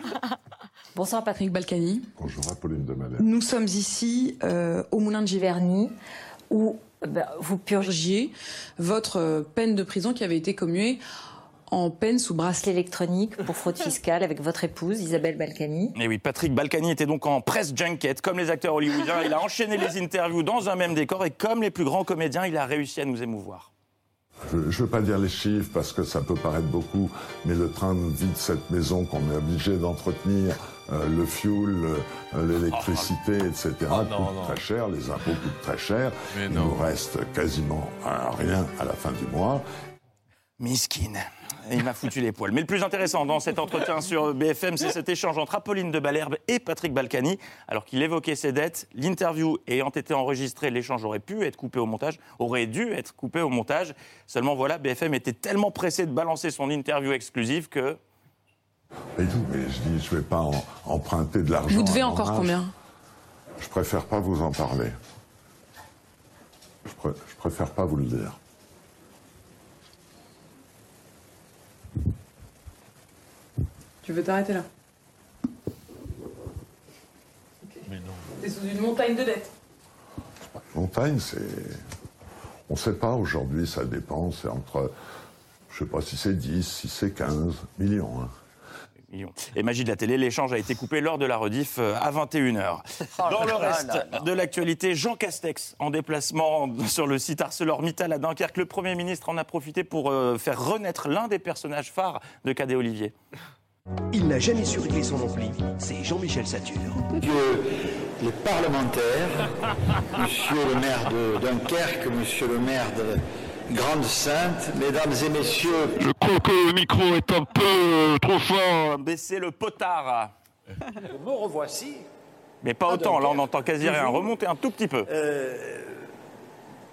[SPEAKER 11] [LAUGHS] Bonsoir Patrick Balkany.
[SPEAKER 30] Bonjour Apolline de Malherbe.
[SPEAKER 11] Nous sommes ici euh, au Moulin de Giverny où euh, ben, vous purgiez votre euh, peine de prison qui avait été commuée en peine sous bracelet électronique pour fraude fiscale avec votre épouse Isabelle Balkany.
[SPEAKER 42] Et Eh oui, Patrick Balkany était donc en press junket, comme les acteurs hollywoodiens. Il a enchaîné les interviews dans un même décor et comme les plus grands comédiens, il a réussi à nous émouvoir.
[SPEAKER 30] Je ne veux pas dire les chiffres parce que ça peut paraître beaucoup, mais le train de vie de cette maison qu'on est obligé d'entretenir, euh, le fuel, euh, l'électricité, etc.,
[SPEAKER 3] Oh,
[SPEAKER 30] coûte
[SPEAKER 3] non, non.
[SPEAKER 30] très cher, les impôts coûtent très cher.
[SPEAKER 3] Mais
[SPEAKER 30] Il
[SPEAKER 3] non.
[SPEAKER 30] nous reste quasiment euh, rien à la fin du mois.
[SPEAKER 42] Miskin. Et Il m'a foutu les poils. Mais le plus intéressant dans cet entretien sur BFM, c'est cet échange entre Apolline de Balherbe et Patrick Balkany. Alors qu'il évoquait ses dettes, l'interview ayant été enregistrée, l'échange aurait pu être coupé au montage, aurait dû être coupé au montage. Seulement voilà, BFM était tellement pressé de balancer son interview exclusive que
[SPEAKER 30] Et tout, mais je dis, je ne vais pas en- emprunter de l'argent.
[SPEAKER 11] Vous devez
[SPEAKER 30] à
[SPEAKER 11] encore
[SPEAKER 30] l'orage.
[SPEAKER 11] combien
[SPEAKER 30] Je préfère pas vous en parler. Je, pré- je préfère pas vous le dire.
[SPEAKER 11] Tu veux t'arrêter là
[SPEAKER 30] Mais non.
[SPEAKER 11] T'es sous une montagne de dettes.
[SPEAKER 30] Montagne, c'est. On ne sait pas aujourd'hui, ça dépend. C'est entre. Je ne sais pas si c'est 10, si c'est 15 millions. hein.
[SPEAKER 42] millions. Et magie de la télé, l'échange a été coupé lors de la rediff euh, à 21h.
[SPEAKER 6] [LAUGHS] Oh
[SPEAKER 42] Dans
[SPEAKER 6] là
[SPEAKER 42] le
[SPEAKER 6] là
[SPEAKER 42] reste
[SPEAKER 6] là là.
[SPEAKER 42] de l'actualité, Jean Castex, en déplacement sur le site ArcelorMittal à Dunkerque, le Premier ministre en a profité pour euh, faire renaître l'un des personnages phares de Cadet Olivier.
[SPEAKER 23] Il n'a jamais su régler son ampli. C'est Jean-Michel Satur. Monsieur les parlementaires, monsieur le maire de Dunkerque, monsieur le maire de Grande-Sainte, mesdames et messieurs. Je crois que le micro est un peu euh, trop fort.
[SPEAKER 42] Baissez le potard.
[SPEAKER 23] [LAUGHS] Me revoici.
[SPEAKER 42] Mais pas
[SPEAKER 23] Ah,
[SPEAKER 42] autant, là on
[SPEAKER 23] Dunkerque.
[SPEAKER 42] n'entend quasi rien.
[SPEAKER 23] Toujours.
[SPEAKER 42] Remontez un tout petit peu.
[SPEAKER 23] euh,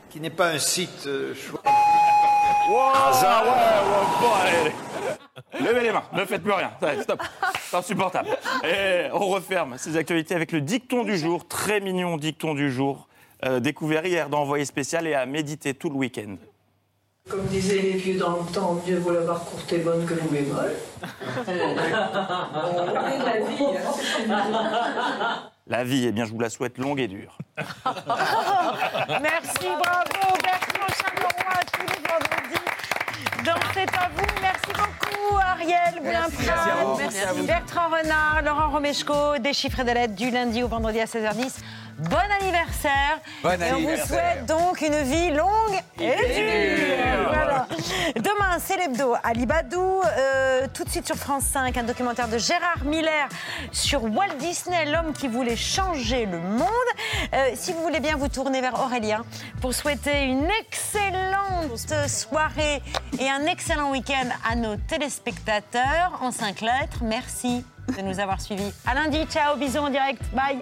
[SPEAKER 23] qui n'est pas un site euh, chouette.
[SPEAKER 42] Ah
[SPEAKER 23] Hasard.
[SPEAKER 42] ouais, ouais, bon, allez, allez. Levez les mains, ne faites plus rien. Ouais, stop, c'est insupportable. Et on referme ces actualités avec le dicton du jour, très mignon dicton du jour, euh, découvert hier dans Envoyé spécial et à méditer tout le week-end.
[SPEAKER 18] Comme disaient les vieux dans le temps, mieux vaut la barre courte et bonne que l'on est molle. Oh, la vie, hein.
[SPEAKER 42] La vie, eh bien, je vous la souhaite longue et dure.
[SPEAKER 1] Merci, bravo Bertrand Charleroi, tous les vendredis. Dans C'est à vous, merci beaucoup Ariel
[SPEAKER 16] Merci à
[SPEAKER 1] Boulinprat,
[SPEAKER 16] vous. Merci à vous.
[SPEAKER 1] Bertrand Renard, Laurent Romeshko, déchiffré de lettres du lundi au vendredi à 16h10. Bon anniversaire
[SPEAKER 16] Bon
[SPEAKER 1] Et on vous
[SPEAKER 16] anniversaire.
[SPEAKER 1] souhaite donc une vie longue et, dure Voilà. Demain, c'est l'hebdo Ali Badou. Euh, tout de suite sur France 5, un documentaire de Gérard Miller sur Walt Disney, l'homme qui voulait changer le monde. Euh, si vous voulez bien vous tourner vers Aurélien pour souhaiter une excellente soirée et un excellent week-end à nos téléspectateurs en cinq lettres. Merci de nous avoir suivis. À lundi, ciao, bisous en direct, bye.